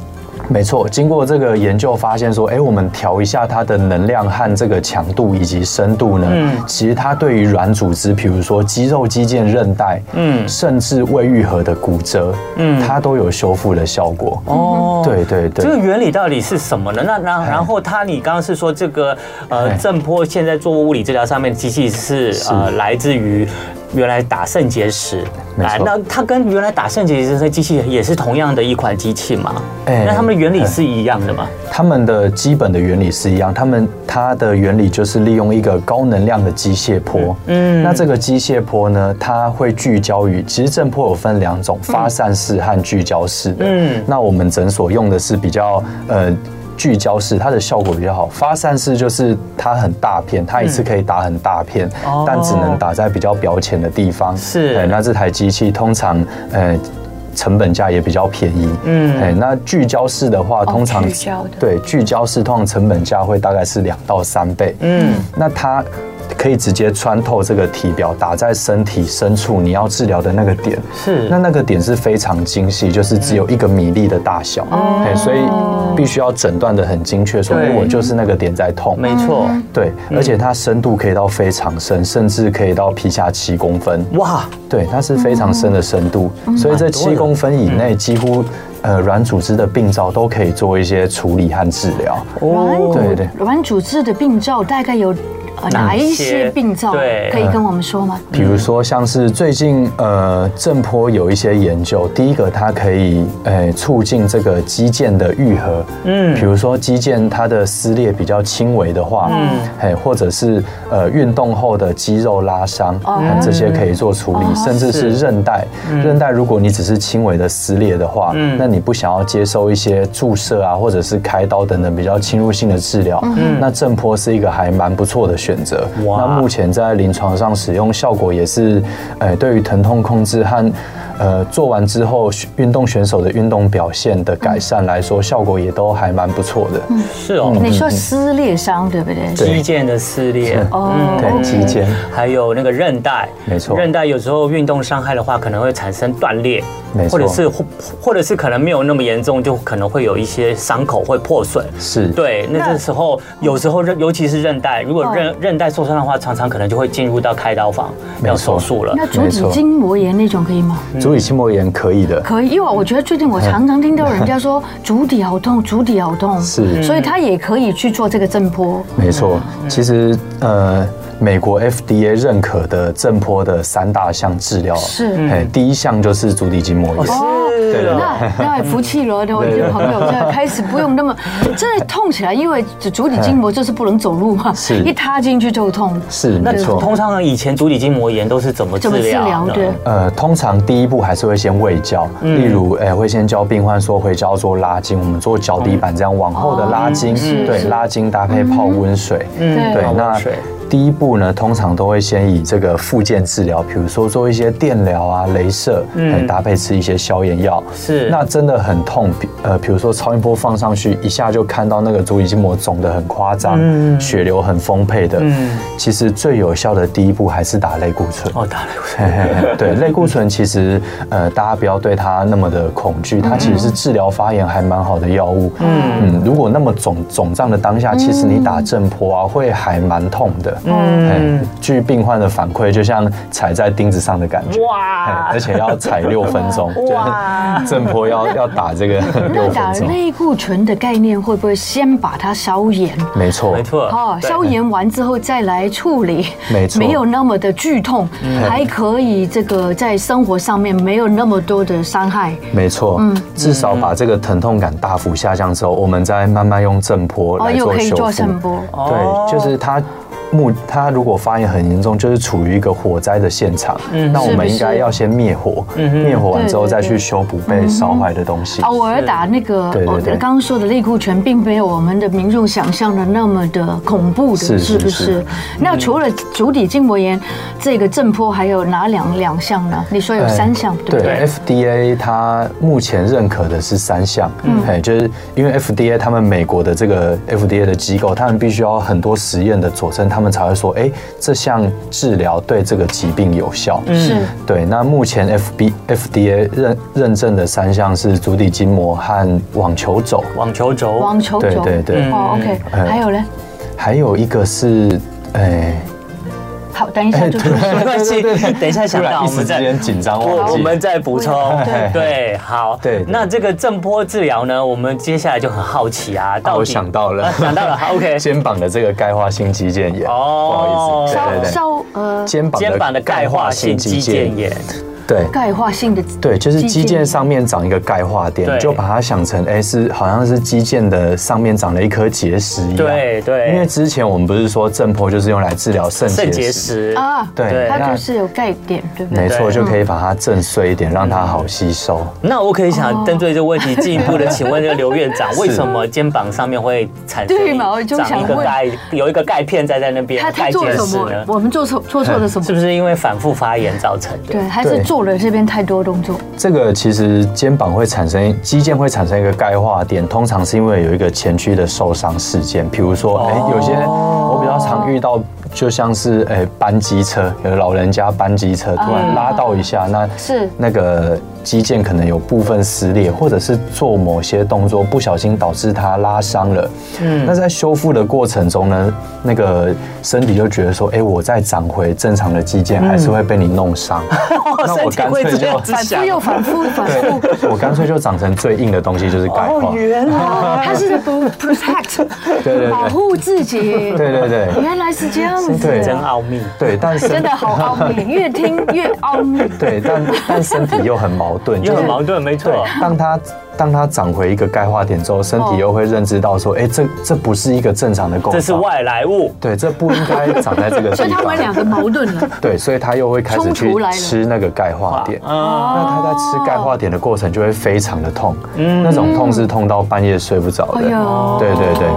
Speaker 4: 没错，经过这个研究发现说，哎，我们调一下它的能量和这个强度以及深度呢，
Speaker 3: 嗯
Speaker 4: 其实它对于软组织，比如说肌肉、肌腱、韧带，
Speaker 3: 嗯
Speaker 4: 甚至未愈合的骨折，
Speaker 3: 嗯
Speaker 4: 它都有修复的效果。
Speaker 3: 哦
Speaker 4: 对对对
Speaker 3: 这个原理到底是什么呢？那那然后它，你刚刚是说这个呃
Speaker 4: 哎
Speaker 3: 震波现在做物理治疗上面的机器是呃来自于原来打肾结石，
Speaker 4: 没错
Speaker 3: 啊那它跟原来打肾结石的机器也是同样的一款机器嘛？
Speaker 4: 哎
Speaker 3: 那它们的原理是一样的吗？
Speaker 4: 它们的基本的原理是一样，它们它的原理就是利用一个高能量的机械波。
Speaker 3: 嗯
Speaker 4: 嗯，那这个机械波呢，它会聚焦于，其实震波有分两种，发散式和聚焦式
Speaker 3: 嗯
Speaker 4: 的。嗯，那我们诊所用的是比较呃。聚焦式它的效果比较好，发散式就是它很大片，它一次可以打很大片，
Speaker 3: 哦
Speaker 4: 但只能打在比较表浅的地方。
Speaker 3: 是
Speaker 4: 哎那这台机器通常呃成本价也比较便宜。
Speaker 3: 嗯
Speaker 4: 嗯，哎，那聚焦式的话，通常
Speaker 2: 聚焦的
Speaker 4: 对聚焦式通常成本价会大概是两到三倍。
Speaker 3: 嗯
Speaker 4: 嗯，那它可以直接穿透这个体表，打在身体深处你要治疗的那个点。
Speaker 3: 是
Speaker 4: 哎那那个点是非常精细，就是只有一个米粒的大小，哎、所以必须要诊断的很精确，说
Speaker 3: 对
Speaker 4: 哎我就是那个点在痛。
Speaker 3: 没错，
Speaker 4: 对，而且它深度可以到非常深，甚至可以到皮下七公分。
Speaker 3: 哇，
Speaker 4: 对，它是非常深的深度，所以这七公分以内，几乎呃软组织的病灶都可以做一些处理和治疗。
Speaker 2: 软
Speaker 3: 哦
Speaker 4: 嗯对
Speaker 2: 骨
Speaker 4: 对
Speaker 2: 软组织的病灶大概有呃
Speaker 3: 哪
Speaker 2: 哪一
Speaker 3: 些
Speaker 2: 些病灶？
Speaker 3: 对
Speaker 2: 可以跟我们说吗？
Speaker 4: 比如说，像是最近呃，正坡有一些研究，第一个它可以呃促进这个肌腱的愈合，
Speaker 3: 嗯
Speaker 4: 嗯，比如说肌腱它的撕裂比较轻微的话，嗯，哎，或者是呃运动后的肌肉拉伤，嗯这些可以做处理，甚至哦是嗯韧带，韧带如果你只是轻微的撕裂的话，
Speaker 3: 嗯
Speaker 4: 那你不想要接受一些注射啊，或者是开刀等等比较侵入性的治疗，那正坡是一个还蛮不错的选择。
Speaker 3: 哇
Speaker 4: 那目前在临床上使用效果也是，呃，对于疼痛控制和呃做完之后运动选手的运动表现的改善来说，效果也都还蛮不错的。
Speaker 3: 是哦，
Speaker 2: 你说撕裂伤对不对？
Speaker 3: 肌腱的撕裂
Speaker 4: 嗯是
Speaker 2: 哦
Speaker 4: 对，肌腱。
Speaker 3: 还有那个韧带，
Speaker 4: 没错
Speaker 3: 韧带有时候运动伤害的话，可能会产生断裂，
Speaker 4: 没
Speaker 3: 或
Speaker 4: 错
Speaker 3: 者是或或者是可能没有那么严重，就可能会有一些伤口会破损。
Speaker 4: 是，
Speaker 3: 对，那
Speaker 2: 那
Speaker 3: 这时候有时候韧，尤其是韧带，如果
Speaker 2: 哦
Speaker 3: 韧韧带受伤的话，常常可能就会进入到开刀房
Speaker 4: 没
Speaker 3: 要手
Speaker 4: 错
Speaker 3: 术了。
Speaker 2: 那足
Speaker 4: 没
Speaker 2: 底
Speaker 4: 错
Speaker 2: 筋膜炎那种可以吗？
Speaker 4: 足底筋膜炎可以的。
Speaker 2: 可以，因为我觉得最近我常常听到人家说足底好痛，足底好痛，
Speaker 4: 是哦
Speaker 2: 所以他也可以去做这个震波。
Speaker 4: 没错，其实呃，美国 FDA 认可的震波的三大项治疗
Speaker 2: 是
Speaker 4: 哎，第一项就是足底筋膜炎。
Speaker 2: 哦
Speaker 3: 是哦
Speaker 4: 啊
Speaker 2: 那那福气了的，我这个朋友就开始不用那 么，真的痛起来，因为足底筋膜就是不能走路嘛，
Speaker 4: 是
Speaker 2: 一踏进去就痛。
Speaker 4: 是
Speaker 3: 那
Speaker 4: 没错，
Speaker 3: 通常以前足底筋膜炎都是怎么治
Speaker 2: 怎么治
Speaker 3: 疗
Speaker 2: 疗
Speaker 3: 呢？
Speaker 2: 的？
Speaker 4: 呃，通常第一步还是会先喂教，
Speaker 3: 嗯
Speaker 4: 例如，哎、会先教病患说回家要做拉筋，我们做脚底板
Speaker 3: 哦
Speaker 4: 这样往后的拉筋，
Speaker 2: 是
Speaker 4: 对，
Speaker 2: 是
Speaker 4: 拉筋搭配泡温水，
Speaker 2: 对
Speaker 3: 嗯
Speaker 4: 对，
Speaker 3: 泡温
Speaker 4: 那
Speaker 3: 水
Speaker 4: 第一步部呢，通常都会先以这个附件治疗，比如说做一些电疗啊、镭射，哎搭配吃一些消炎药。
Speaker 3: 嗯是
Speaker 4: 那真的很痛，比呃，比如说超音波放上去，一下就看到那个足底筋膜肿得很夸张，
Speaker 3: 嗯
Speaker 4: 血流很丰沛的。
Speaker 3: 嗯
Speaker 4: 其实最有效的第一步还是打类固醇。
Speaker 3: 哦，打了
Speaker 4: 嘿嘿嘿 对，类固醇其实呃，大家不要对它那么的恐惧，它其实是治疗发炎还蛮好的药物。
Speaker 3: 嗯
Speaker 4: 嗯，如果那么肿肿胀的当下，其实你打震波啊，会还蛮痛的。嗯
Speaker 3: 嗯，，
Speaker 4: 据病患的反馈，就像踩在钉子上的感觉。嘿
Speaker 3: 哇
Speaker 4: 而且要踩六分钟，
Speaker 3: 哇
Speaker 4: 就是 震波要要 打这个
Speaker 2: 那
Speaker 4: 六
Speaker 2: 打
Speaker 4: 分钟，
Speaker 2: 类固醇的概念会不会先把它消炎？
Speaker 4: 没错
Speaker 3: 没，错，
Speaker 2: 哦，
Speaker 3: 对
Speaker 2: 消炎完之后再来处理，
Speaker 4: 没错嗯
Speaker 2: 没有那么的剧痛，还可以这个在生活上面没有那么多的伤害。
Speaker 4: 没错，
Speaker 2: 嗯
Speaker 4: 至少把这个疼痛感大幅下降之后，我们再慢慢用震波
Speaker 2: 哦，
Speaker 4: 来
Speaker 2: 又
Speaker 4: 做
Speaker 2: 可以
Speaker 4: 修
Speaker 2: 做
Speaker 4: 复
Speaker 2: 声。波，
Speaker 3: 哦
Speaker 4: 对，就是它目它如果发炎很严重，就是处于一个火灾的现场，那我
Speaker 2: 是不
Speaker 4: 们
Speaker 2: 嗯是嗯
Speaker 4: 应该要先灭火，灭火完之后
Speaker 2: 对对啊
Speaker 4: 再
Speaker 2: 对
Speaker 4: 去修补被烧坏的东西。
Speaker 2: 哦偶尔打那个
Speaker 4: 对对
Speaker 2: 我
Speaker 4: 对
Speaker 2: 刚刚说的类固醇，并没有我们的民众想象的那么的恐怖的，
Speaker 4: 是
Speaker 2: 是不
Speaker 4: 是
Speaker 2: 是
Speaker 4: 是？嗯
Speaker 2: 那除了足底筋膜炎这个震波，还有哪两两项呢？你说有三项，对不对？
Speaker 4: 哎对，FDA 它目前认可的是三项，哎，就是因为 FDA 他们美国的这个 FDA 的机构，他们必须要很多实验的佐证，他们才会说，哎，这项治疗对这个疾病有效。
Speaker 2: 是
Speaker 4: 对，那目前 F B F D A 认认证的三项是足底筋膜和网球肘，
Speaker 3: 网球肘，
Speaker 2: 网球
Speaker 4: 对
Speaker 2: 肘。
Speaker 4: 对对，
Speaker 2: 哦，OK，
Speaker 4: 嗯
Speaker 2: 还有呢？
Speaker 4: 还有一个是，哎，
Speaker 2: 好，等一下就出现。
Speaker 3: 没关系，等一下
Speaker 4: 突
Speaker 3: 想到
Speaker 4: 然
Speaker 3: 我
Speaker 4: 一时
Speaker 3: 们
Speaker 4: 之
Speaker 3: 再
Speaker 4: 间紧张忘
Speaker 3: 我
Speaker 4: 记，
Speaker 3: 我们再补充
Speaker 2: 对。
Speaker 3: 对，好。
Speaker 4: 对对
Speaker 3: 那这个震波治疗呢，我们接下来就很好奇啊，
Speaker 4: 啊
Speaker 3: 到
Speaker 4: 我
Speaker 3: 底
Speaker 4: 想到了
Speaker 3: 啊，想到了好，OK
Speaker 4: 肩膀的这个钙化性肌腱炎，
Speaker 3: 哦
Speaker 4: 不好意思，对
Speaker 2: 稍
Speaker 4: 对对。
Speaker 2: 稍呃，
Speaker 4: 肩膀
Speaker 3: 肩膀的钙化性肌腱，炎，
Speaker 4: 对
Speaker 2: 钙化性的
Speaker 4: 对，就是肌
Speaker 2: 肌腱
Speaker 4: 腱上面长一个钙化点，
Speaker 3: 对
Speaker 4: 你就把它想成，哎，是好像是肌腱的上面长了一颗结石一样。
Speaker 3: 对对
Speaker 4: 因为之前我们不是说震波就是用来治疗肾
Speaker 3: 肾
Speaker 4: 结
Speaker 3: 结
Speaker 4: 石，
Speaker 3: 石
Speaker 2: 啊，
Speaker 4: 对
Speaker 2: 它
Speaker 4: 那
Speaker 2: 就是有钙点，对不对？
Speaker 4: 没错，
Speaker 3: 对
Speaker 4: 就可以把它震碎一点，让它好吸收。
Speaker 3: 那我可以
Speaker 2: 哦
Speaker 3: 想针对这个问题进一步的请问这个刘院 长，为什么肩膀上面会产生
Speaker 2: 对嘛我就
Speaker 3: 长一
Speaker 2: 想
Speaker 3: 个
Speaker 2: 问
Speaker 3: 钙，有一个钙片在在那边
Speaker 2: 他，他
Speaker 3: 钙
Speaker 2: 做
Speaker 3: 结
Speaker 2: 了
Speaker 3: 石
Speaker 2: 什么
Speaker 3: 呢？？
Speaker 2: 我们做错做错了什么
Speaker 3: 是？不是因为反复发炎造成的？
Speaker 2: 对，还是
Speaker 4: 嗯对
Speaker 2: 做了这边太多动作，
Speaker 4: 这个其实肩膀会产生肌腱会产生一个钙化点，通常是因为有一个前区的受伤事件，比如说，哎、有些我比较常遇到，就像是哎、搬机车，有的老人家搬机车突然拉到一下，那
Speaker 2: 是
Speaker 4: 那个肌腱可能有部分撕裂，或者是做某些动作不小心导致它拉伤了。嗯，那在修复的过程中呢，那个身体就觉得说，哎、我再长回正常的肌腱，还是会被你弄伤。
Speaker 3: 哦，
Speaker 4: 那
Speaker 3: 身
Speaker 4: 我
Speaker 3: 体
Speaker 4: 干
Speaker 3: 会
Speaker 4: 脆
Speaker 3: 这样
Speaker 4: 就
Speaker 3: 子
Speaker 2: 反复
Speaker 3: 想。
Speaker 2: 又反复，反复。
Speaker 4: 对，我干脆就长成最硬的东西，就是钙化。
Speaker 3: 原
Speaker 2: 哦，他是 protect，
Speaker 4: 对对
Speaker 2: 保护自己。
Speaker 4: 对对对
Speaker 2: 原来是这样子
Speaker 4: 对，
Speaker 3: 真奥秘。
Speaker 4: 对，但是
Speaker 2: 真的好奥秘，越听越奥秘。
Speaker 4: 对，但但身体又很矛盾，
Speaker 3: 又
Speaker 4: 就
Speaker 3: 很
Speaker 4: 是
Speaker 3: 矛盾，没
Speaker 4: 对
Speaker 3: 错。，
Speaker 4: 当它当它长回一个钙化点之后，身
Speaker 2: 哦
Speaker 4: 体又会认知到说，哎，这这不是一个正常的构造，
Speaker 3: 这是外来物，
Speaker 4: 对，这不应该长在 这个地方。
Speaker 2: 所以他们两个矛盾了。
Speaker 4: 对，所以它又会开始
Speaker 2: 冲
Speaker 4: 去
Speaker 2: 突来了啊
Speaker 4: 吃那个钙化点。
Speaker 3: 嗯，
Speaker 4: 那它在吃钙化点的过程就会非常的痛，那种痛是痛到半夜睡不着
Speaker 2: 嗯哎
Speaker 4: 的。
Speaker 2: 呦，
Speaker 4: 对对对。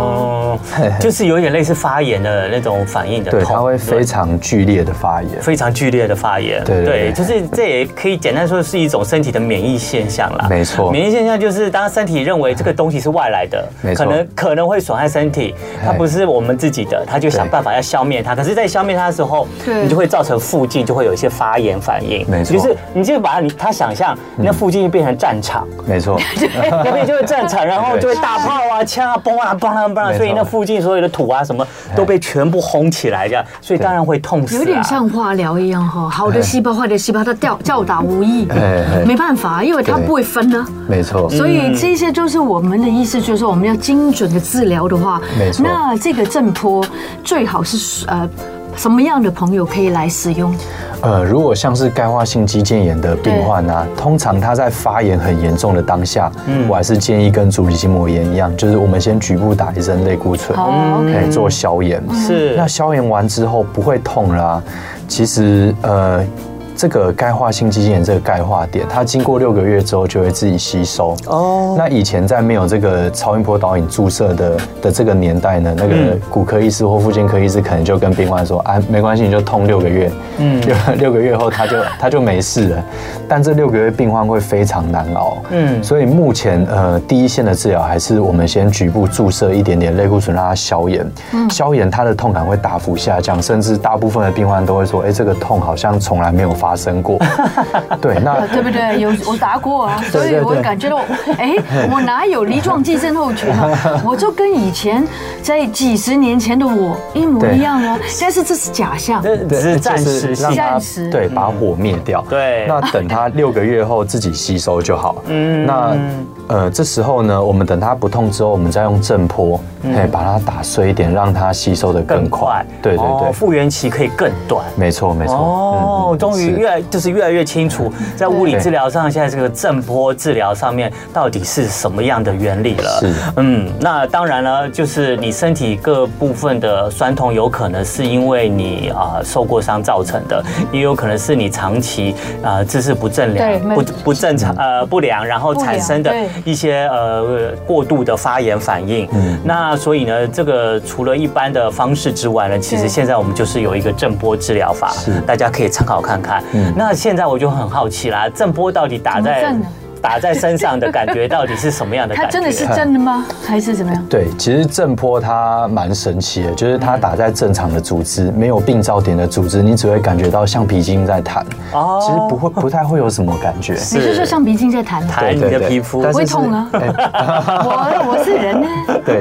Speaker 3: 哦，就是有点类似发炎的那种反应的痛，
Speaker 4: 对，它会非常剧烈的发炎。
Speaker 3: 非常剧烈的发炎，
Speaker 4: 对对对
Speaker 3: 就是这也可以简单说是一种身体的免疫现象啦。
Speaker 4: 没错
Speaker 3: 免疫现象就是当身体认为这个东西是外来的，
Speaker 4: 没
Speaker 3: 可
Speaker 4: 错
Speaker 3: 能可能会损害身体，它不是我们自己的，它就想
Speaker 4: 对
Speaker 3: 办法要消灭它。可是，在消灭它的时候，
Speaker 2: 对
Speaker 3: 你就会造成附近就会有一些发炎反应，
Speaker 4: 没错嗯
Speaker 3: 就是你就把它你它想象，你那附近就变成战场，
Speaker 4: 没错，
Speaker 3: 哎 那边就是战场，然后就会大炮啊、枪啊、嘣啊、嘣啊、嘣啊，
Speaker 4: 没错
Speaker 3: 所以那附近所有的土啊什么都被全部轰起来，这样，所以当然会痛死、啊。
Speaker 2: 有点像化疗一样哈，好的细胞、坏的细胞，它吊吊打无益
Speaker 4: 哎哎，
Speaker 2: 没办法，因为它
Speaker 4: 对
Speaker 2: 不会分呢、
Speaker 4: 没错。
Speaker 2: 所以这些就是我们的意思，就是说我们要精准的治疗的话，
Speaker 4: 没错
Speaker 2: 那这个震波最好是呃什么样的朋友可以来使用？
Speaker 4: 呃，如果像是钙化性肌腱炎的病患啊，通常他在发炎很严重的当下，我还是建议跟足底筋膜炎一样，就是我们先局部打一针类固醇，
Speaker 2: 哦
Speaker 4: 可以做消炎。
Speaker 3: 是
Speaker 4: 那消炎完之后不会痛了啊、其实呃。这个钙化性肌腱炎这个钙化点，它经过六个月之后就会自己吸收。哦，那以前在没有这个超音波导引注射的的这个年代呢，那个骨科医师或附件科医师可能就跟病患说啊，没关系，你就痛六个月，嗯，六 六个月后他就他就没事了。但这六个月病患会非常难熬，嗯，所以目前呃第一线的治疗还是我们先局部注射一点点类固醇让它消炎，消炎它的痛感会大幅下降，甚至大部分的病患都会说，哎，这个痛好像从来没有发生过。 对，那
Speaker 2: 啊对不 对？有我打过啊，所以我感觉到，哎，我哪有梨状肌症候群 啊？我就跟以前在几十年前的我一模一样啊。但是这是假象，
Speaker 3: 这只是暂
Speaker 4: 就是
Speaker 3: 时性
Speaker 4: 让。它
Speaker 2: 暂时
Speaker 4: 对把火灭掉。
Speaker 3: 对
Speaker 4: 那等它六个月后自己吸收就好。嗯，那呃这时候呢，我们等它不痛之后，我们再用震波，哎，把它打碎一点，让它吸收的
Speaker 3: 嗯更
Speaker 4: 更
Speaker 3: 快
Speaker 4: 快。，对对
Speaker 3: 哦
Speaker 4: 对，
Speaker 3: 复原期可以更短。
Speaker 4: 没错没错。
Speaker 3: 哦，
Speaker 4: 嗯
Speaker 3: 终于
Speaker 4: 是
Speaker 3: 越来就是越来越清楚，在物理
Speaker 4: 对
Speaker 3: 治疗上，现在这个震波治疗上面到底是什么样的原理了？
Speaker 4: 是
Speaker 3: 嗯，那当然了，就是你身体各部分的酸痛，有可能是因为你啊、受过伤造成的，也有可能是你长期啊、姿势不正
Speaker 2: 对
Speaker 3: 良、
Speaker 2: 没
Speaker 3: 不不正常呃不良，然后
Speaker 2: 不良
Speaker 3: 产生的
Speaker 2: 对
Speaker 3: 一些呃过度的发炎反应。
Speaker 4: 嗯
Speaker 3: 那所以呢，这个除了一般的方式之外呢，其实
Speaker 2: 对
Speaker 3: 现在我们就是有一个震波治疗法
Speaker 4: 是，嗯
Speaker 3: 大家可以参考看看。那现在我就很好奇啦，震波到底打在
Speaker 2: 怎么震啊
Speaker 3: 打在身上的感觉到底是什么样的感
Speaker 2: 它
Speaker 3: 觉？啊
Speaker 2: 真的是
Speaker 4: 啊
Speaker 2: 真的吗？还是怎么样？
Speaker 4: 对，其实震波它蛮神奇的，就是
Speaker 3: 嗯
Speaker 4: 它打在正常的组织，没有病灶点的组织，你只会感觉到橡皮筋在弹，
Speaker 3: 哦
Speaker 4: 其实不会不太会有什么感 觉。
Speaker 2: 你是说橡皮筋在弹吗？
Speaker 3: 弹你
Speaker 4: 对对
Speaker 3: 的
Speaker 4: 对
Speaker 3: 皮肤
Speaker 4: 但，是
Speaker 2: 会
Speaker 4: 是
Speaker 2: 痛啊！ 我我是人呢，
Speaker 4: 对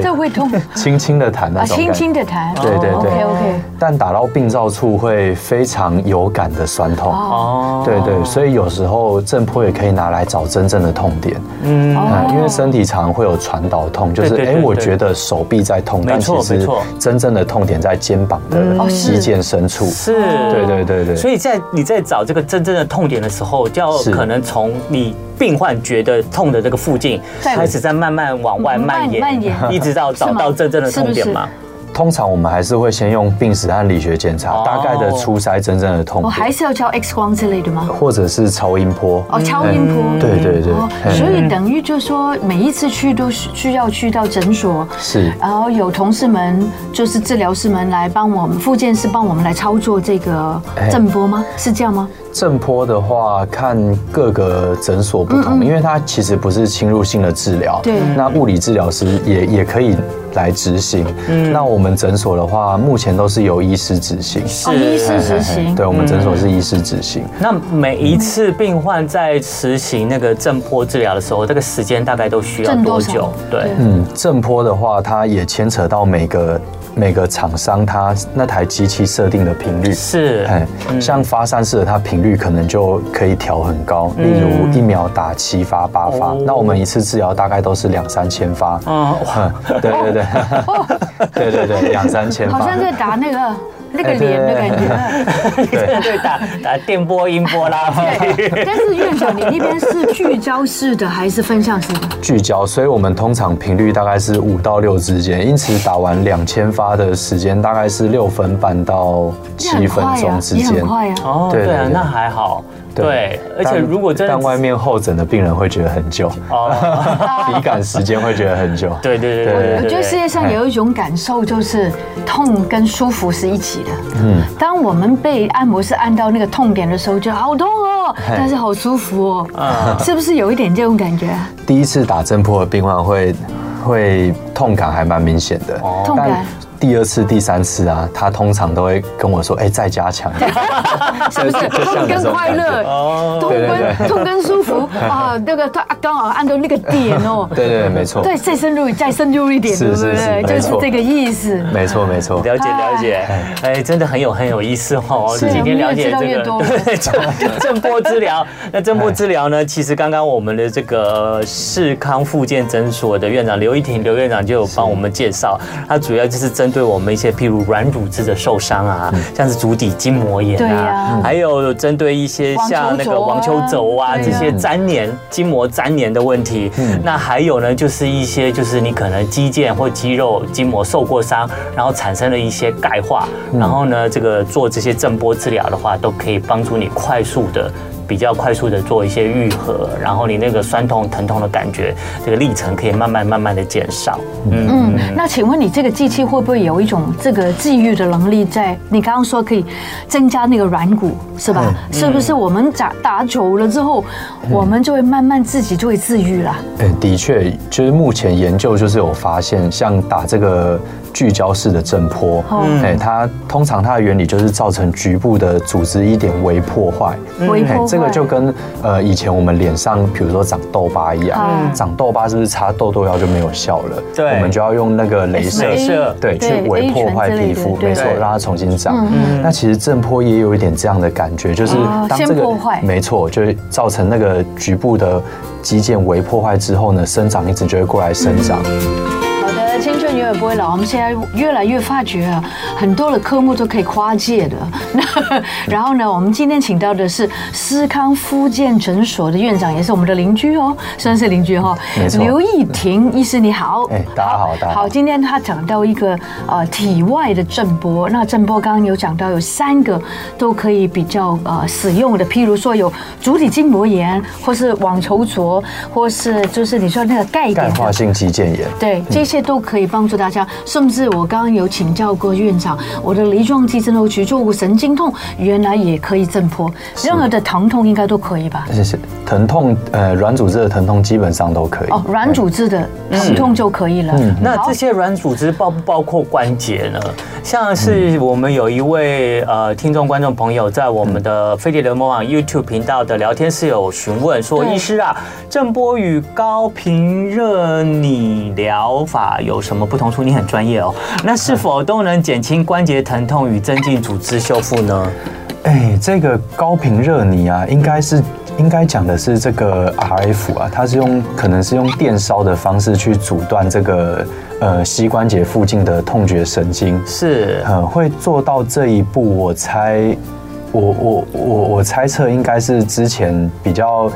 Speaker 2: 这会痛啊，
Speaker 4: 轻轻的弹那种感
Speaker 2: 轻
Speaker 4: 觉，
Speaker 2: 轻的弹。哦
Speaker 4: 对对对
Speaker 2: OK OK。
Speaker 4: 但打到病灶处会非常有感的酸痛。
Speaker 3: 哦
Speaker 4: 对对，所以有时候震波也可以拿来找真正的痛点，嗯，
Speaker 2: 哦
Speaker 4: 因为身体常会有传导痛，就是
Speaker 3: 对对
Speaker 4: 哎，
Speaker 3: 对
Speaker 4: 诶我
Speaker 3: 对
Speaker 4: 觉得手臂在痛，
Speaker 3: 没
Speaker 4: 但
Speaker 3: 错
Speaker 4: 其
Speaker 3: 没
Speaker 4: 实
Speaker 3: 错
Speaker 4: 真正的痛点在肩膀的
Speaker 2: 哦
Speaker 4: 肌
Speaker 2: 是
Speaker 4: 腱深处，
Speaker 3: 是，
Speaker 4: 对对对对，
Speaker 3: 所以在你在找这个真正的痛点的时候，就要
Speaker 4: 是
Speaker 3: 可能从你病患觉得痛的这个附近
Speaker 2: 再
Speaker 3: 开始，在慢慢往外蔓延，
Speaker 2: 慢蔓延
Speaker 3: 一直到找到真正的痛点嘛。
Speaker 4: 通常我们还是会先用病史和理学检
Speaker 3: 哦
Speaker 4: 查，大概的初筛真正的痛
Speaker 2: 我哦还
Speaker 4: 点，
Speaker 2: 是要照 X 光之类的吗？
Speaker 4: 或者是超音波，嗯
Speaker 2: 哦，超音波。
Speaker 4: 对对对
Speaker 2: 哦，，
Speaker 4: 嘿
Speaker 2: 所以等于就说每一次去都需需要去到诊所，
Speaker 4: 是
Speaker 2: 然后有同事们就是治疗师们来帮我们，复健师帮我们来操作这个
Speaker 4: 哎
Speaker 2: 震波吗？是这样吗？
Speaker 4: 震波的话，看各个诊所不同，因为它其实不是侵入性的治疗。
Speaker 2: 对
Speaker 4: 那物理治疗师也也可以来执行。那我们诊所的话，目前都是由医师执行。
Speaker 2: 哦，医师执
Speaker 4: 嘿嘿嘿
Speaker 2: 行
Speaker 4: 哎对，。我们诊所是医师执行。
Speaker 3: 那每一次病患在实行那个震波治疗的时候，这个时间大概都需要
Speaker 2: 震
Speaker 3: 多
Speaker 2: 多少
Speaker 3: 久？对
Speaker 2: 对，
Speaker 4: 嗯，震波的话，它也牵扯到每个每个厂商它那台机器设定的频率。
Speaker 3: 是，
Speaker 4: 哎，像发散式的，它频率可能就可以调很高，例如一秒打七发八发
Speaker 3: 哦，
Speaker 4: 那我们一次治疗大概都是两三千发，
Speaker 3: 嗯，
Speaker 4: 嗯对对对， 对对对，两三千
Speaker 2: 哦好
Speaker 4: 发
Speaker 2: 像。在打那个那个
Speaker 4: 嗯哎对
Speaker 2: 脸的感觉。
Speaker 4: 对，
Speaker 3: 对，打打电波、音波啦，
Speaker 2: 对，哎但是院长，你那边是聚焦式的还是分向式的？
Speaker 4: 聚焦，所以我们通常频率大概是五到六之间，因此打完两千发的时间大概是六分半到
Speaker 2: 也
Speaker 4: 七
Speaker 2: 很
Speaker 4: 分
Speaker 2: 快
Speaker 4: 钟
Speaker 2: 呀，
Speaker 4: 之
Speaker 2: 也
Speaker 4: 间
Speaker 2: 很。快呀。
Speaker 3: 哦，
Speaker 4: 对
Speaker 3: 对啊
Speaker 4: 对，对
Speaker 3: 那还好，对，而且
Speaker 4: 但
Speaker 3: 如果真的
Speaker 4: 但外面候诊的病人会觉得很久，
Speaker 3: 哦，
Speaker 4: 体感时间会觉得很久。
Speaker 3: 对对对对
Speaker 4: 对
Speaker 3: 对，
Speaker 2: 我觉得世界上有一种感受，就是痛跟舒服是一起的。嗯，当我们被按摩师按到那个痛点的时候，就好痛哦，但是好舒服哦，是不是有一点这种感觉？
Speaker 4: 第一次打震波的病患会会痛感还蛮明显的，
Speaker 2: 痛感
Speaker 4: 但第二次、第三次啊，他通常都会跟我说：“哎，再加强。”
Speaker 2: 是不是
Speaker 4: 就
Speaker 2: 痛
Speaker 4: 像有这
Speaker 2: 跟
Speaker 4: 种
Speaker 2: 快
Speaker 4: 感觉
Speaker 2: 乐，痛
Speaker 4: 对对
Speaker 2: 跟
Speaker 4: 对
Speaker 2: 痛跟舒服啊？那个他刚好按到那个点哦。
Speaker 4: 对对，对没错，
Speaker 2: 对，再深入再深入一点，
Speaker 4: 是
Speaker 2: 对不
Speaker 4: 是是
Speaker 2: 对？就
Speaker 4: 没
Speaker 2: 是
Speaker 4: 错
Speaker 2: 这个意思。
Speaker 4: 没错，没错。
Speaker 3: 了解了解，哎，真的很有很有意思哦。
Speaker 2: 是
Speaker 3: 今天了解
Speaker 2: 我们越
Speaker 3: 这
Speaker 2: 知 道
Speaker 3: 个
Speaker 2: 越多
Speaker 3: 对震震波治疗， 那震波治疗呢？其实刚刚我们的这个世康复健诊所的院长刘一婷刘院长就有帮我们介绍，他主要就是针针对我们一些譬如软组织的受伤啊，像是足底筋膜炎
Speaker 2: 对
Speaker 3: 啊
Speaker 2: 呀，
Speaker 3: 还有针对一些像那个网
Speaker 2: 网
Speaker 3: 球
Speaker 2: 球
Speaker 3: 肘
Speaker 2: 肘啊
Speaker 3: 啊这
Speaker 2: 对啊
Speaker 3: 些粘连、筋膜粘连的问题。那还有呢，就是一些就是你可能肌腱或肌肉筋膜受过伤，然后产生了一些钙化，然后呢，这个做这些震波治疗的话，都可以帮助你快速的。比较快速的做一些愈合，然后你那个酸痛疼痛的感觉，这个历程可以慢慢慢慢的减少。嗯，
Speaker 2: 嗯，那请问你这个机器会不会有一种这个治愈的能力在？你刚刚说可以增加那个软骨，是吧？是不是我们打打久了之后，我们就会慢慢自己就会治愈了？
Speaker 4: 哎，的确，就是目前研究就是有发现，像打这个聚焦式的震波，
Speaker 2: 嗯
Speaker 4: 哎，它通常它的原理就是造成局部的组织一点微破坏，
Speaker 2: 微
Speaker 4: 哎
Speaker 2: 嗯破
Speaker 4: 这个
Speaker 2: 坏
Speaker 4: 就跟呃以前我们脸上比如说长痘疤一样，
Speaker 2: 嗯
Speaker 4: 长痘疤是不是擦痘痘药就没有效了？
Speaker 3: 对
Speaker 4: 我们就要用那个镭射
Speaker 3: 镭射
Speaker 4: 对，
Speaker 2: 哎
Speaker 4: 去微破坏皮肤，没错，让它重新长。那其实震波也有一点这样的感觉，就是
Speaker 2: 嗯哦
Speaker 4: 当这
Speaker 2: 先
Speaker 4: 个
Speaker 2: 破坏
Speaker 4: 没错，就是造成那个局部的肌腱微破坏之后呢，生长一直就会过来生长。
Speaker 2: 嗯好的，青春永远不会老。我们现在越来越发觉啊，很多的科目都可以跨界的。 那然后呢，我们今天请到的是思康复健诊所的院长，也是我们的邻居哦，算是邻居哈、哦。
Speaker 4: 没错
Speaker 2: 刘义婷医师，你好。
Speaker 4: 哎大家好大家好
Speaker 2: 好，今天他讲到一个呃体外的震波，那震波刚刚有讲到有三个都可以比较呃使用的，譬如说有足底筋膜炎，或是网球肘，或是就是你说那个钙点
Speaker 4: 钙
Speaker 2: 的
Speaker 4: 化性肌腱炎，
Speaker 2: 对，这些都可以帮助大家。甚至我刚刚有请教过院长，我的梨状肌症候群、坐骨神经痛，原来也可以震波，任何的疼痛应该都可以吧？
Speaker 4: 谢谢。疼痛，呃，软组织的疼痛基本上都可以。
Speaker 2: 哦，软组织的疼痛就可以了。
Speaker 4: 嗯
Speaker 3: 那
Speaker 2: 好
Speaker 3: 这些软组织包不包括关节呢？像
Speaker 4: 嗯
Speaker 3: 是我们有一位呃听众观众朋友在我
Speaker 4: 嗯
Speaker 3: 们的飞碟联盟网 YouTube 频道的聊天室有询问说，
Speaker 2: 对
Speaker 3: 医师啊，震波与高频热拟疗法有什么不同处？你很专业哦，那是
Speaker 4: 嗯
Speaker 3: 否都能减轻关节疼痛与增进组织修复呢？
Speaker 4: 哎，这个高频热泥啊，应该是应该讲的是这个 RF 啊，它是用可能是用电烧的方式去阻断这个呃膝关节附近的痛觉神经，
Speaker 3: 是，
Speaker 4: 呃，会做到这一步，我猜，我我我我猜测应该是之前比较。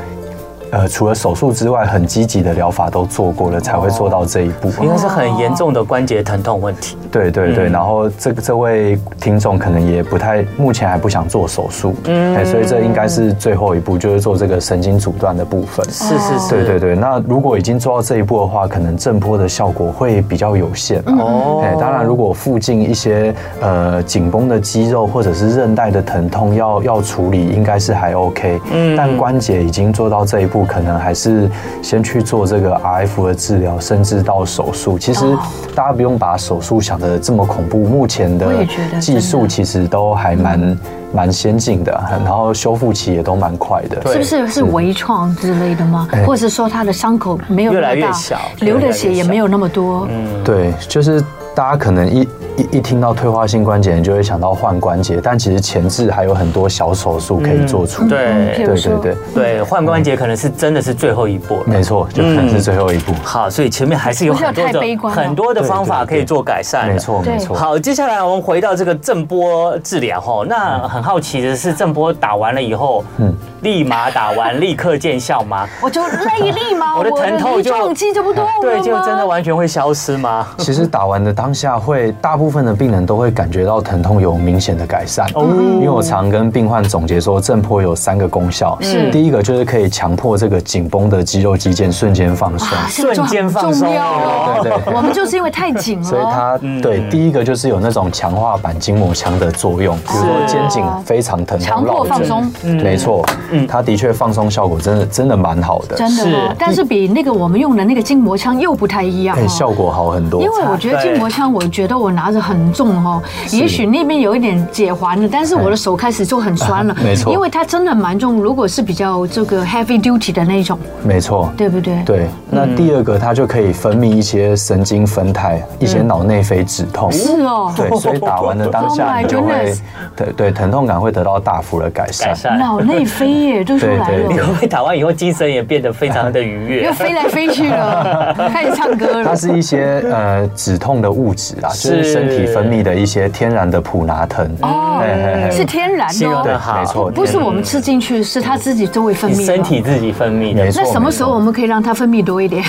Speaker 4: 呃，除了手术之外，很积极的疗法都做过了，才会做到这一步。
Speaker 3: 应该是很严重的关节疼痛问题。
Speaker 4: 对对对，
Speaker 3: 嗯
Speaker 4: 然后这这位听众可能也不太，目前还不想做手术，嗯，所以这应该是最后一步，就是做这个神经阻断的部分。
Speaker 3: 是是是，
Speaker 4: 对对对，那如果已经做到这一步的话，可能震波的效果会比较有限啊。
Speaker 3: 哦
Speaker 4: 哎，当然，如果附近一些呃紧绷的肌肉或者是韧带的疼痛要要处理，应该是还 OK。嗯，但关节已经做到这一步，可能还是先去做这个 RF 的治疗，甚至到手术。其实
Speaker 2: 哦
Speaker 4: 大家不用把手术想的这么恐怖，目前
Speaker 2: 我
Speaker 4: 的
Speaker 2: 也觉得
Speaker 4: 技术
Speaker 2: 真的
Speaker 4: 其实都还蛮蛮先进的，然后修复期也都蛮快的。
Speaker 3: 对
Speaker 2: 是不是是微创之类的吗
Speaker 4: 哎？
Speaker 2: 或者说他的伤口没有那么大
Speaker 3: 越来越小
Speaker 2: 流的血也没有那么多？
Speaker 4: 对，就是大家可能一一一听到退化性关节炎就会想到换关节，但其实前置还有很多小手术可以做出。
Speaker 3: 嗯对
Speaker 2: 譬
Speaker 4: 对
Speaker 2: 如说
Speaker 4: 对对，
Speaker 3: 对，换关节可能是真的是最后一步了。
Speaker 4: 没错，就可能是最后一步。
Speaker 3: 好，所以前面还是有
Speaker 2: 不需要
Speaker 3: 很多
Speaker 2: 太悲
Speaker 3: 的
Speaker 2: 观了
Speaker 3: 很多的方法
Speaker 4: 对对对
Speaker 3: 可以做改善的。
Speaker 4: 没错
Speaker 2: 对
Speaker 4: 没错。
Speaker 3: 嗯好，接下来我们回到这个震波治疗吼，那很好奇的是，震波打完了以后，嗯，立马打完立刻见效吗？
Speaker 2: 我就累力吗？
Speaker 3: 我的疼痛
Speaker 2: 梨
Speaker 3: 就
Speaker 2: 状肌就不动了吗？
Speaker 3: 对，就真
Speaker 4: 嗯
Speaker 3: 的完全会消失吗？
Speaker 4: 其实打完的当下会，大部分的病人都会感觉到疼痛有明显的改善。
Speaker 3: 哦
Speaker 4: 因为我常跟病患总结说，震波有三个功效。
Speaker 3: 嗯
Speaker 2: 是
Speaker 4: 第一个就是可以强迫这个紧绷的肌肉肌腱瞬间放松。
Speaker 2: 啊这个就
Speaker 3: 瞬间
Speaker 2: 很
Speaker 3: 放松
Speaker 2: 重要
Speaker 3: 哦
Speaker 2: 哦。
Speaker 4: 对对对
Speaker 2: 我们就是因为太紧了，
Speaker 4: 所以它对第一个就是有那种强化版筋膜枪的作用，比如说肩颈非常疼
Speaker 2: 强
Speaker 4: 痛，
Speaker 2: 迫
Speaker 4: 绕
Speaker 2: 放
Speaker 4: 着
Speaker 2: 松
Speaker 4: 没错，它的确放松效果真的真的蛮好的，
Speaker 2: 真的
Speaker 3: 是
Speaker 2: 吗？但是比那个我们用的那个筋膜枪又不太一样
Speaker 4: 哎，
Speaker 2: 哦。
Speaker 4: 效果好很多
Speaker 2: 因。为我觉得筋膜枪，我觉得我拿着很重哦，也许那边有一点解环了，但是我的手开始就很酸了。
Speaker 4: 哎 没错
Speaker 2: 因为它真的蛮重，如果是比较这个 heavy duty 的那种，
Speaker 4: 没错，
Speaker 2: 对不对？
Speaker 4: 对。那第二个，它就可以分泌一些神经酚肽，一些脑内啡止痛。
Speaker 2: 嗯是哦，
Speaker 4: 对，所以打完的当
Speaker 2: Oh
Speaker 4: 下
Speaker 2: my
Speaker 4: 你就会
Speaker 2: goodness，
Speaker 4: 对对，疼痛感会得到大幅的改善
Speaker 3: 改。善
Speaker 2: 脑内啡耶，都出来
Speaker 4: 对对
Speaker 3: 你
Speaker 2: 了，
Speaker 3: 会不会打完以后精神也变得非常的愉悦
Speaker 2: 又？飞来飞去 了，开始唱歌
Speaker 4: 它
Speaker 2: 了。
Speaker 4: 是一些呃止痛的物质啦，就是
Speaker 3: 是
Speaker 4: 身体分泌的一些天然的普拿疼。
Speaker 2: 哦
Speaker 4: 嘿嘿嘿
Speaker 2: 是天然
Speaker 3: 形
Speaker 2: 的
Speaker 3: 容
Speaker 2: 哦
Speaker 3: 得
Speaker 4: 哎对，
Speaker 3: 好
Speaker 4: 没错，
Speaker 2: 不是我们吃进去，是它自己都会分
Speaker 3: 你
Speaker 2: 泌。
Speaker 3: 身。体自己分泌
Speaker 4: 没
Speaker 3: 的，
Speaker 4: 错。
Speaker 2: 那什么时候我
Speaker 4: 没
Speaker 2: 们可以让它分泌多一点？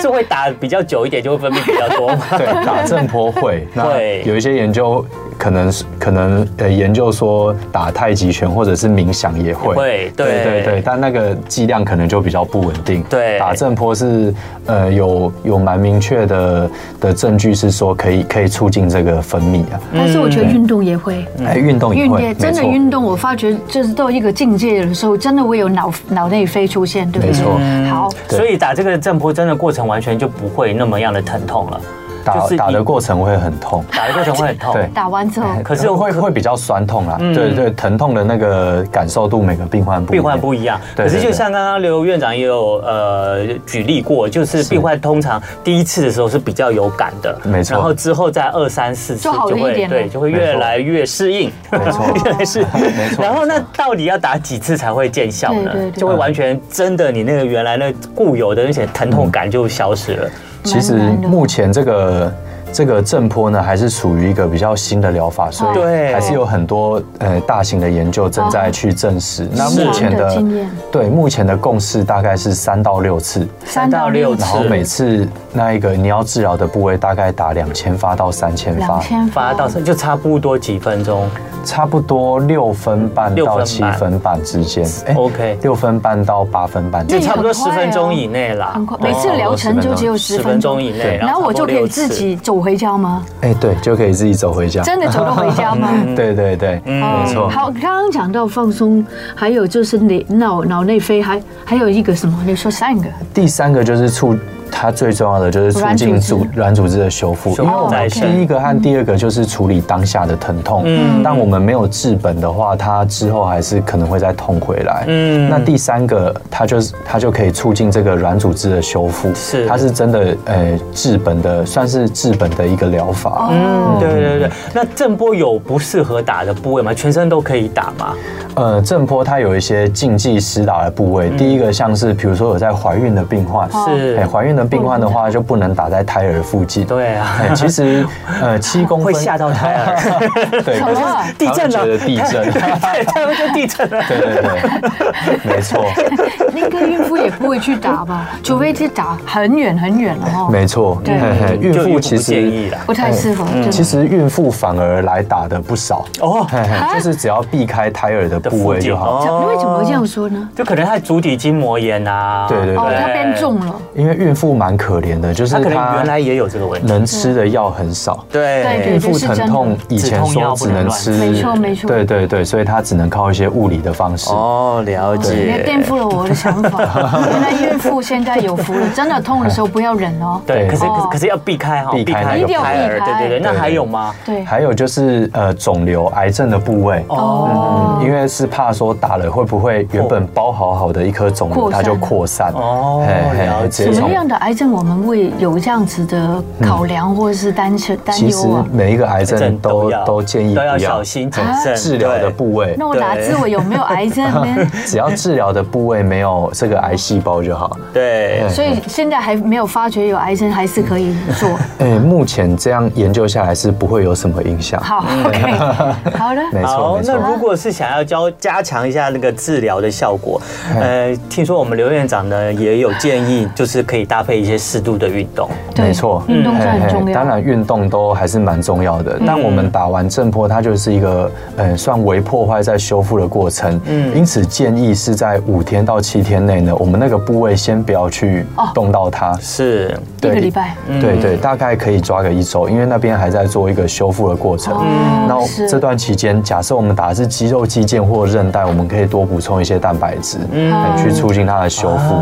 Speaker 3: 是会打比较久一点就会分泌比较多吗？
Speaker 4: 错对打震波会？那
Speaker 3: 对
Speaker 4: 有一些研究可能是可能呃研究说打太极拳或者是冥想也会。
Speaker 3: 会对
Speaker 4: 对对对，但那个剂量可能就比较不稳定。
Speaker 3: 对
Speaker 4: 打震波是呃有有蛮明确的的证据是说可以可以促进这个分泌啊。
Speaker 2: 但是我觉得运动也会。
Speaker 3: 嗯
Speaker 4: 哎，运动也
Speaker 2: 运
Speaker 4: 会，
Speaker 2: 动真的
Speaker 4: 没错
Speaker 2: 运动，我发觉就是到一个境界的时候，真的会有脑脑内啡出现，对不
Speaker 4: 没
Speaker 2: 对
Speaker 4: 错？
Speaker 2: 好，
Speaker 4: 对
Speaker 3: 所以打这个震波针的过程完全就不会那么样的疼痛 了，
Speaker 4: 打
Speaker 3: 就是
Speaker 4: 打
Speaker 3: 你
Speaker 4: 的过程会很痛。
Speaker 3: 打的过程会很痛。
Speaker 4: 对
Speaker 2: 打完之后，
Speaker 3: 可是嗯
Speaker 4: 会会比较酸痛啦，对对，疼痛的那个感受度每个病患不一
Speaker 3: 病
Speaker 4: 样
Speaker 3: 患不一样，
Speaker 4: 对
Speaker 3: 可是
Speaker 4: 对
Speaker 3: 就
Speaker 4: 对
Speaker 3: 像刚刚刘院长也有呃举例过，就是病患通常第一次的时候是比较有感的，
Speaker 4: 没错
Speaker 3: 然后之后在二三四次
Speaker 2: 就好了
Speaker 3: 就
Speaker 2: 一
Speaker 3: 会
Speaker 2: 点了
Speaker 3: 对，就会
Speaker 4: 没
Speaker 3: 越
Speaker 4: 错
Speaker 3: 来越适应，
Speaker 4: 没 错
Speaker 3: 越来越适应。
Speaker 4: 没错。
Speaker 3: 然后那到底要打几次才会见效呢？
Speaker 2: 对对对
Speaker 3: 就会完全真的你那个原来那固有的那些疼痛感就消失了。
Speaker 4: 其实目前这个这个震波呢，还是属于一个比较新的疗
Speaker 2: 哦
Speaker 4: 法，所以
Speaker 3: 对
Speaker 4: 还是有很多呃大型的研究正在去证实。那目前
Speaker 2: 是
Speaker 4: 的
Speaker 2: 哦经验
Speaker 4: 对目前的共识大概是三到六次，
Speaker 2: 三到六
Speaker 3: 三
Speaker 4: 然
Speaker 3: 到
Speaker 4: 后
Speaker 3: 是
Speaker 4: 每次那一个你要治疗的部位大概打两千发到三千
Speaker 2: 两
Speaker 4: 发，
Speaker 2: 千
Speaker 3: 发
Speaker 2: 发
Speaker 3: 到就差不多几分钟
Speaker 4: 差不多六分半
Speaker 3: 六分
Speaker 4: 到
Speaker 3: 半
Speaker 4: 七分半之间。哎
Speaker 3: ，OK，
Speaker 4: 六分半到八分半之
Speaker 3: 就
Speaker 4: 间，
Speaker 3: 差不多
Speaker 2: 很
Speaker 3: 十
Speaker 2: 快
Speaker 3: 分
Speaker 2: 哦
Speaker 3: 钟以内啦哦
Speaker 2: 很快，，
Speaker 3: 对
Speaker 2: 每次疗程就只有十
Speaker 3: 十
Speaker 2: 分
Speaker 3: 分钟
Speaker 2: 钟
Speaker 3: 以内，
Speaker 2: 然后我就可以自己走回家吗？
Speaker 4: 哎、对，就可以自己走回家。
Speaker 2: 真的走得回家吗？
Speaker 4: 对对对，
Speaker 3: 嗯
Speaker 2: 哦
Speaker 4: 嗯没错。
Speaker 2: 好，刚刚讲到放松，还有就是你脑脑内啡，还还有一个什么？你说三个，
Speaker 4: 第三个就是促，它最重要的就是促进组
Speaker 2: 软组
Speaker 4: 软组织的修复，
Speaker 3: 修复哦
Speaker 4: 因为我
Speaker 3: 再
Speaker 4: 们
Speaker 3: 生
Speaker 4: 第一个和第二个就是处理当下的疼痛，
Speaker 3: 嗯
Speaker 4: 但我们没有治本的话，它之后还是可能会再痛回来。
Speaker 3: 嗯
Speaker 4: 那第三个，它就是它就可以促进这个软组织的修复，
Speaker 3: 是
Speaker 4: 它是真的呃治本的，算是治本的一个疗
Speaker 2: 哦
Speaker 4: 法。
Speaker 3: 嗯，对对对。那震波有不适合打的部位吗？全身都可以打吗？
Speaker 4: 呃，震波它有一些禁忌施打的部
Speaker 3: 嗯
Speaker 4: 位，第一个像是比如说有在怀孕的病患，
Speaker 2: 哦
Speaker 3: 是
Speaker 4: 哎，怀孕的病患的话就不能打在胎儿附近。
Speaker 3: 哦嗯对啊
Speaker 4: 哎其实 呃七公分
Speaker 3: 会吓到胎儿，
Speaker 4: 对，
Speaker 2: 什么啊
Speaker 3: 地震
Speaker 4: 啊他会觉
Speaker 3: 了，
Speaker 4: 得地 震
Speaker 3: 对，他们就地震了。
Speaker 4: 对对对，没错。
Speaker 2: 应该孕妇也不会去打吧？除非是打很远很远了哈，
Speaker 4: 嗯没错，
Speaker 2: 对
Speaker 4: 嘿嘿孕
Speaker 3: 哦就
Speaker 4: 妇
Speaker 3: 不
Speaker 4: 其
Speaker 3: 建议
Speaker 4: 实
Speaker 3: 啦。
Speaker 2: 不太适合。真的
Speaker 4: 嗯其实孕妇反而来打的不少，
Speaker 3: 哦，
Speaker 4: 嘿嘿就是只要避开胎儿的
Speaker 3: 的哦
Speaker 4: 部位就好。
Speaker 2: 怎么为什么会这
Speaker 3: 样？
Speaker 2: 样说呢？
Speaker 3: 就可能他足底筋膜炎啊。
Speaker 4: 对对对
Speaker 2: 哦，
Speaker 4: 对
Speaker 2: 它变重了，
Speaker 4: 因为孕妇蛮可怜的，就是
Speaker 3: 他可能
Speaker 4: 她
Speaker 3: 原来也有这个问题。
Speaker 4: 能吃的药很少，
Speaker 3: 对
Speaker 2: 对对
Speaker 4: 孕妇疼痛以前说只能吃，
Speaker 2: 没错没错
Speaker 4: 对对对，所以她只能靠一些物理的方式。
Speaker 3: 哦，了
Speaker 2: 你也颠覆了我的想法。原来孕妇现在有福了，真的痛的时候不要忍哦。
Speaker 3: 对，
Speaker 4: 对
Speaker 3: 可是可是
Speaker 2: 哦
Speaker 3: 可是要避开哈，
Speaker 4: 避开那
Speaker 2: 个部位一
Speaker 3: 胎儿，
Speaker 2: 定要避
Speaker 3: 对
Speaker 2: 开
Speaker 3: 对对。那还有吗？
Speaker 2: 对，
Speaker 4: 还有就是呃，肿瘤、癌症的部位。
Speaker 2: 哦
Speaker 4: 嗯，因为是怕说打了会不会原本包好好的一颗肿
Speaker 2: 扩
Speaker 4: 瘤
Speaker 2: 散
Speaker 4: 它就扩散
Speaker 3: 哦了解
Speaker 4: 直接
Speaker 2: 什
Speaker 4: 从
Speaker 2: 么样的癌症我们会有这样子的考量或者是担心担
Speaker 4: 嗯其实
Speaker 2: 忧啊？
Speaker 4: 每一个癌症都
Speaker 3: 要
Speaker 4: 都建议不
Speaker 3: 都要
Speaker 4: 要
Speaker 3: 小心谨慎
Speaker 4: 治疗的
Speaker 3: 对
Speaker 4: 部位
Speaker 2: 那，我哪知我有没有癌症呢？
Speaker 4: 只要治疗的部位没有这个癌细胞就好。
Speaker 3: 对
Speaker 4: 嗯
Speaker 2: 所以现在还没有发觉有癌症，还是可以做。
Speaker 4: 哎，目前这样研究下来是不会有什么影响。
Speaker 2: 好，OK，好的。
Speaker 4: 嗯 没错
Speaker 3: 好
Speaker 4: 没，
Speaker 3: 那
Speaker 4: 错。
Speaker 3: 如果是想要教加强一下那个治疗的效果，
Speaker 4: 哎
Speaker 3: 呃，听说我们刘院长呢也有建议，就是可以搭配一些适度的运动。
Speaker 2: 对
Speaker 4: 没错，
Speaker 2: 运动是很
Speaker 4: 嘿嘿
Speaker 2: 重要嗯
Speaker 4: 当然，运动都还是蛮重要的。但我们打完震波，它就是一个嗯，算微破坏在修复的过程。
Speaker 3: 嗯
Speaker 4: 因此建议是在五天到七天内呢，我们那个部位先不要去
Speaker 2: 哦
Speaker 4: 动到它。
Speaker 3: 是，
Speaker 2: 一个礼拜。嗯
Speaker 4: 对对，大概可以抓个一周，因为那边还在做一个修复的过程。
Speaker 2: 哦
Speaker 4: 那
Speaker 2: 是
Speaker 4: 这段期间，假设我们打的是肌肉、肌腱或韧带，我们可以多补充一些蛋白质，
Speaker 3: 嗯
Speaker 2: 哦
Speaker 4: 哎去促进它的修复。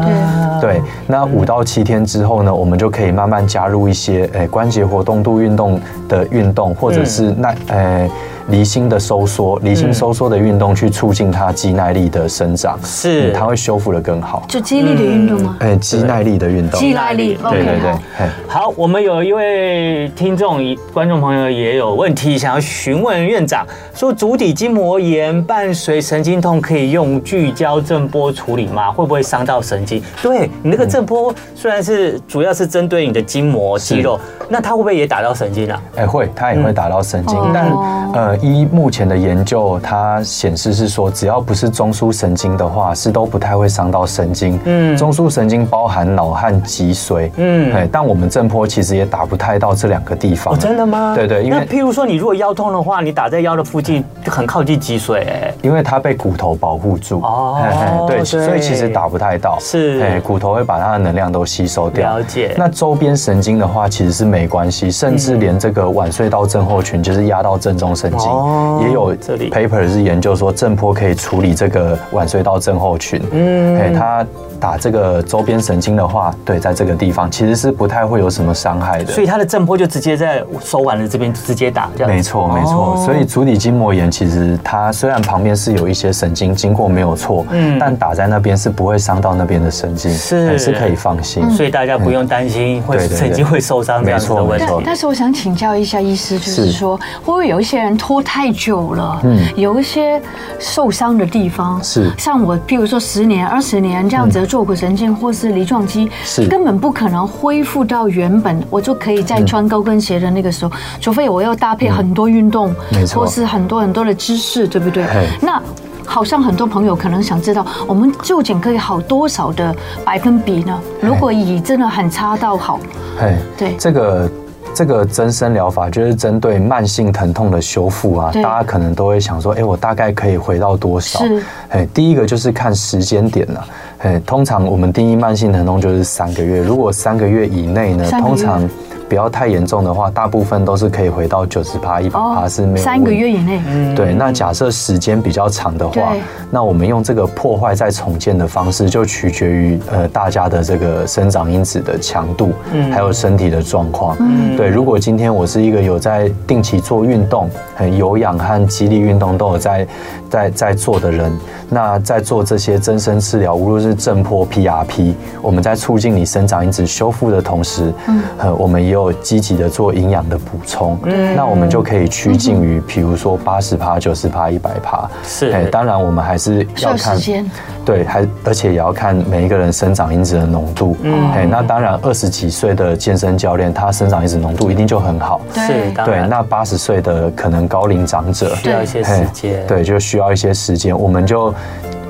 Speaker 2: 对
Speaker 4: 对，那五五到七天之后呢，我们就可以慢慢加入一些诶关节活动度运动的运动，或者是耐诶离心的收缩，离心收缩的运动去促进它肌耐力的生长，
Speaker 3: 是
Speaker 4: 嗯它会修复的更好。
Speaker 2: 就激励的运动啊吗？
Speaker 4: 诶，肌耐力的运动，
Speaker 2: 肌耐力
Speaker 4: 嗯对对
Speaker 2: ，OK，
Speaker 4: 对
Speaker 2: 好。，
Speaker 4: 嘿
Speaker 3: 好，我们有一位听众、观众朋友也有问题想要询问院长，说足底筋膜炎伴随神经痛可以用聚焦震波处理吗？会不会伤到神经？对你那个震波虽然是主要是针对你的筋膜肌肉，
Speaker 4: 嗯
Speaker 3: 那它会不会也打到神经啊？
Speaker 4: 哎，会，它也会打到神经，
Speaker 2: 嗯
Speaker 4: 但
Speaker 2: 哦
Speaker 4: 呃，依目前的研究，它显示是说，只要不是中枢神经的话，是都不太会伤到神经。
Speaker 3: 嗯
Speaker 4: 嗯，中枢神经包含脑和脊髓。
Speaker 3: 嗯
Speaker 4: 嗯，哎，但我们震波其实也打不太到这两个地方。
Speaker 3: 哦，真的吗？
Speaker 4: 对对，因
Speaker 3: 那
Speaker 4: 为
Speaker 3: 譬如说你如果腰痛的话，你打在腰的附近就很靠近脊髓、哎，
Speaker 4: 因为它被骨头保护住。
Speaker 3: 哦
Speaker 4: 嘿嘿对，所
Speaker 3: 对
Speaker 4: 以其实打不太到。
Speaker 3: 是
Speaker 4: 哎，骨头会把它的能量都吸收掉。
Speaker 3: 了解
Speaker 4: 那周边神经的话，其实是没关系，甚至连这个腕隧道症候群，就是压到正中神经，
Speaker 3: 嗯哦
Speaker 4: 也有
Speaker 3: 这里
Speaker 4: paper 是研究说震波可以处理这个腕隧道症候群。嗯，哎，它打这个周边神经的话，对，在这个地方其实是不太会有什么伤害的。
Speaker 3: 所以它的震波就直接在手腕的这边直接打，这样子
Speaker 4: 没错，没错。
Speaker 2: 哦
Speaker 4: 所以足底筋膜炎其实它虽然旁边是有一些神经经过没有错，
Speaker 3: 嗯
Speaker 4: 但打在那边是不会伤到那边的神经，
Speaker 3: 是
Speaker 4: 还是可以放心。
Speaker 2: 嗯
Speaker 3: 所以大家不用担心会
Speaker 4: 嗯对对对
Speaker 3: 神经会受伤这样子的问
Speaker 4: 没
Speaker 2: 但
Speaker 4: 错
Speaker 3: 题。
Speaker 2: 但是我想请教一下医师，就是
Speaker 4: 是
Speaker 2: 说，会不会有一些人拖太久了，
Speaker 4: 嗯
Speaker 2: 有一些受伤的地方
Speaker 4: 是
Speaker 2: 像我，比如说十年、二十年这样子的坐骨神经或是梨状肌，
Speaker 4: 是
Speaker 2: 根本不可能恢复到原本，我就可以再穿高跟鞋的那个时候，除非我要搭配很多运动，
Speaker 4: 嗯没错
Speaker 2: 或是很多很多的姿势，对不对
Speaker 4: 嘿？
Speaker 2: 那。好像很多朋友可能想知道，我们究竟可以好多少的百分比呢？如果以真的很差到好，
Speaker 4: 嘿，
Speaker 2: 对
Speaker 4: 这个。这个增生疗法就是针对慢性疼痛的修复啊，
Speaker 2: 对
Speaker 4: 大家可能都会想说，哎，我大概可以回到多少
Speaker 2: 是？
Speaker 4: 哎，第一个就是看时间点了、哎，通常我们定义慢性疼痛就是三个月，如果三个月以内呢，
Speaker 2: 三个月
Speaker 4: 通常不要太严重的话，大部分都是可以回到九十趴、一百趴啊是没有问题。
Speaker 2: 哦三个月以内，
Speaker 4: 对，那假设时间比较长的话
Speaker 2: 对，
Speaker 4: 那我们用这个破坏再重建的方式，就取决于呃大家的这个生长因子的强度，还有身体的状况。对，如果今天我是一个有在定期做运动、很有氧和肌力运动都有在在在做的人，那在做这些增生治疗，无论是震波 PRP，我们在促进你生长因子修复的同时，呃，我们也有积极的做营养的补充，那我们就可以趋近于，比如说八十趴、九十趴、一百趴。
Speaker 3: 是
Speaker 4: 哎当然我们还是
Speaker 2: 需
Speaker 4: 嗯要
Speaker 2: 要
Speaker 4: 看
Speaker 2: 时间。
Speaker 4: 对，还而且也要看每一个人生长因子的浓度。嗯，哎，那当然，二十几岁的健身教练，他生长因子浓度一定就很好。
Speaker 3: 是，当
Speaker 4: 对，
Speaker 3: 然
Speaker 4: 那八十岁的可能高龄长者，
Speaker 3: 需要一些时间。
Speaker 4: 嘿对，就需要一些时间，我们就。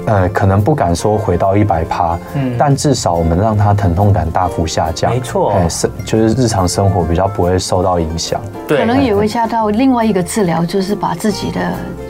Speaker 4: 呃，可能不敢说回到一百趴，但至少我们让他疼痛感大幅下降，
Speaker 3: 嗯没错
Speaker 4: 哎生就是日常生活比较不会受到影响。
Speaker 3: 对，
Speaker 2: 可能也会加到另外一个治疗，就是把自己的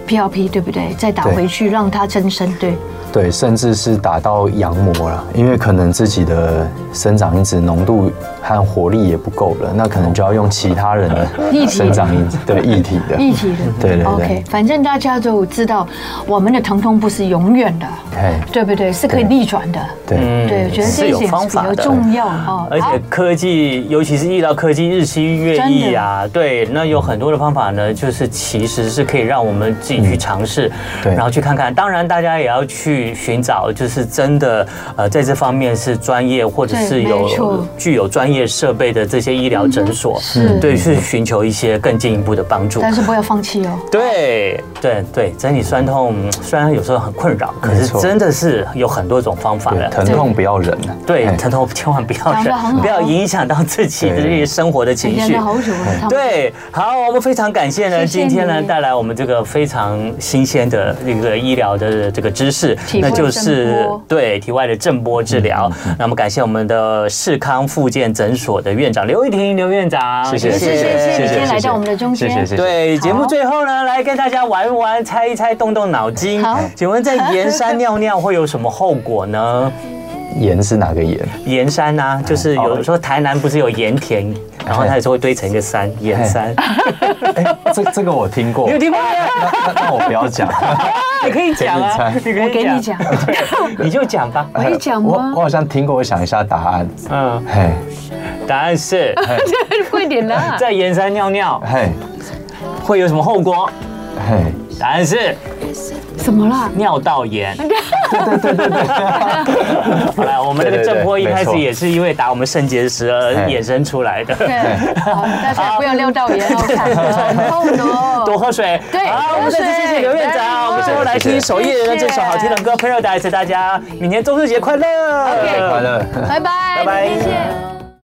Speaker 2: PRP 对不对，再打
Speaker 4: 对
Speaker 2: 回去让它增生，对，
Speaker 4: 对，甚至是打到羊膜了，因为可能自己的生长因子浓度和活力也不够了，那可能就要用其他人
Speaker 2: 液
Speaker 4: 的
Speaker 2: 体
Speaker 4: 生长因子对液体的，
Speaker 2: 一体的。
Speaker 4: 对对对
Speaker 2: OK，反正大家都知道，我们的疼痛不是永远的，
Speaker 4: 嘿，
Speaker 2: 对不对？是可以
Speaker 4: 对
Speaker 2: 逆转的。
Speaker 4: 对。
Speaker 3: 嗯
Speaker 2: 对，我觉得这
Speaker 3: 是
Speaker 2: 一
Speaker 3: 有
Speaker 2: 点是
Speaker 3: 方
Speaker 2: 比
Speaker 3: 法
Speaker 2: 较
Speaker 3: 的。
Speaker 2: 重要哦。
Speaker 3: 而
Speaker 2: 好
Speaker 3: 且科技，尤其是医疗科技日新月异啊，对，那有很多的方法呢，就是其实是可以让我们自己去尝试，
Speaker 4: 嗯对
Speaker 3: 然后去看看。当然，大家也要去寻找，就是真的呃，在这方面是专业或者
Speaker 2: 对
Speaker 3: 是
Speaker 2: 没错嗯
Speaker 3: 有具有专业设备的这些医疗诊所，
Speaker 2: 是
Speaker 3: 对，去寻求一些更进一步的帮助。
Speaker 2: 但是不要放弃哦。
Speaker 3: 对对对，整体酸痛嗯虽然有时候很困扰，可
Speaker 4: 没
Speaker 3: 是
Speaker 4: 错
Speaker 3: 真的是有很多种方法
Speaker 4: 对，
Speaker 3: 的。
Speaker 4: 疼哎痛不要忍。啊
Speaker 3: 对，
Speaker 4: 嘿
Speaker 3: 疼痛千万不要
Speaker 2: 讲得很
Speaker 3: 忍，
Speaker 2: 好
Speaker 3: 不要影响到自己的这些生活的情
Speaker 2: 忍
Speaker 3: 绪
Speaker 2: 了。好久了，他们。
Speaker 3: 对，好，我们非常感谢呢，
Speaker 2: 谢谢
Speaker 3: 今天呢
Speaker 2: 你
Speaker 3: 带来我们这个非常新鲜的这个医疗的这个知识
Speaker 2: 体，外
Speaker 3: 那就
Speaker 2: 震
Speaker 3: 是
Speaker 2: 波
Speaker 3: 对体外的震波治
Speaker 4: 嗯
Speaker 3: 疗。那么感谢我们的世康复健诊所的院长刘玉婷刘院长，
Speaker 4: 谢谢
Speaker 2: 谢谢谢谢你今天来到我们的中
Speaker 4: 谢
Speaker 2: 间，
Speaker 4: 谢谢谢。
Speaker 3: 对，节目
Speaker 2: 好
Speaker 3: 最后呢，来跟大家玩一玩，猜一猜，动动脑筋
Speaker 2: 好。
Speaker 3: 请问在盐山尿尿会有什么后 果呢？
Speaker 4: 盐是哪个盐？
Speaker 3: 盐山啊，就是
Speaker 4: 哦
Speaker 3: 有时候台南不是有盐田，然后它有时候会堆成一个山，盐山。
Speaker 4: 哎，这 这个我听过
Speaker 3: 你有，听过吗？
Speaker 4: 那那我不要讲，
Speaker 3: 你可以讲啊，
Speaker 4: 给
Speaker 3: 可以
Speaker 2: 我给你讲，
Speaker 3: 你就讲吧。
Speaker 2: 我一 讲
Speaker 4: 我
Speaker 2: 吗
Speaker 4: 我？好像听过，我想一下答案，
Speaker 3: 嗯，
Speaker 4: 嘿，
Speaker 3: 答案是
Speaker 2: 哎快点啦！
Speaker 3: 在盐山尿尿
Speaker 4: 嘿，
Speaker 3: 会有什么后果？
Speaker 4: 嘿，
Speaker 3: 答案是
Speaker 2: 什么啦？
Speaker 3: 尿道炎。对对对对对。好了，我们那个
Speaker 4: 对对对
Speaker 3: 郑波一开
Speaker 4: 没
Speaker 3: 始
Speaker 4: 错
Speaker 3: 也是因为打我们肾结石而
Speaker 4: 哎
Speaker 3: 衍生出来的。
Speaker 2: 对，好，大家不要溜到也好看，很痛的
Speaker 3: 多
Speaker 2: 哦。
Speaker 3: 喝水。
Speaker 2: 对
Speaker 3: 好，
Speaker 2: 多
Speaker 3: 我
Speaker 2: 喝
Speaker 3: 们
Speaker 2: 水
Speaker 3: 再次谢谢刘院长。我们最后来听首页的这首好听的歌《Paradise》，大家明年中秋节快乐！
Speaker 4: 快乐。
Speaker 2: 拜拜，
Speaker 3: 拜拜
Speaker 2: 再见。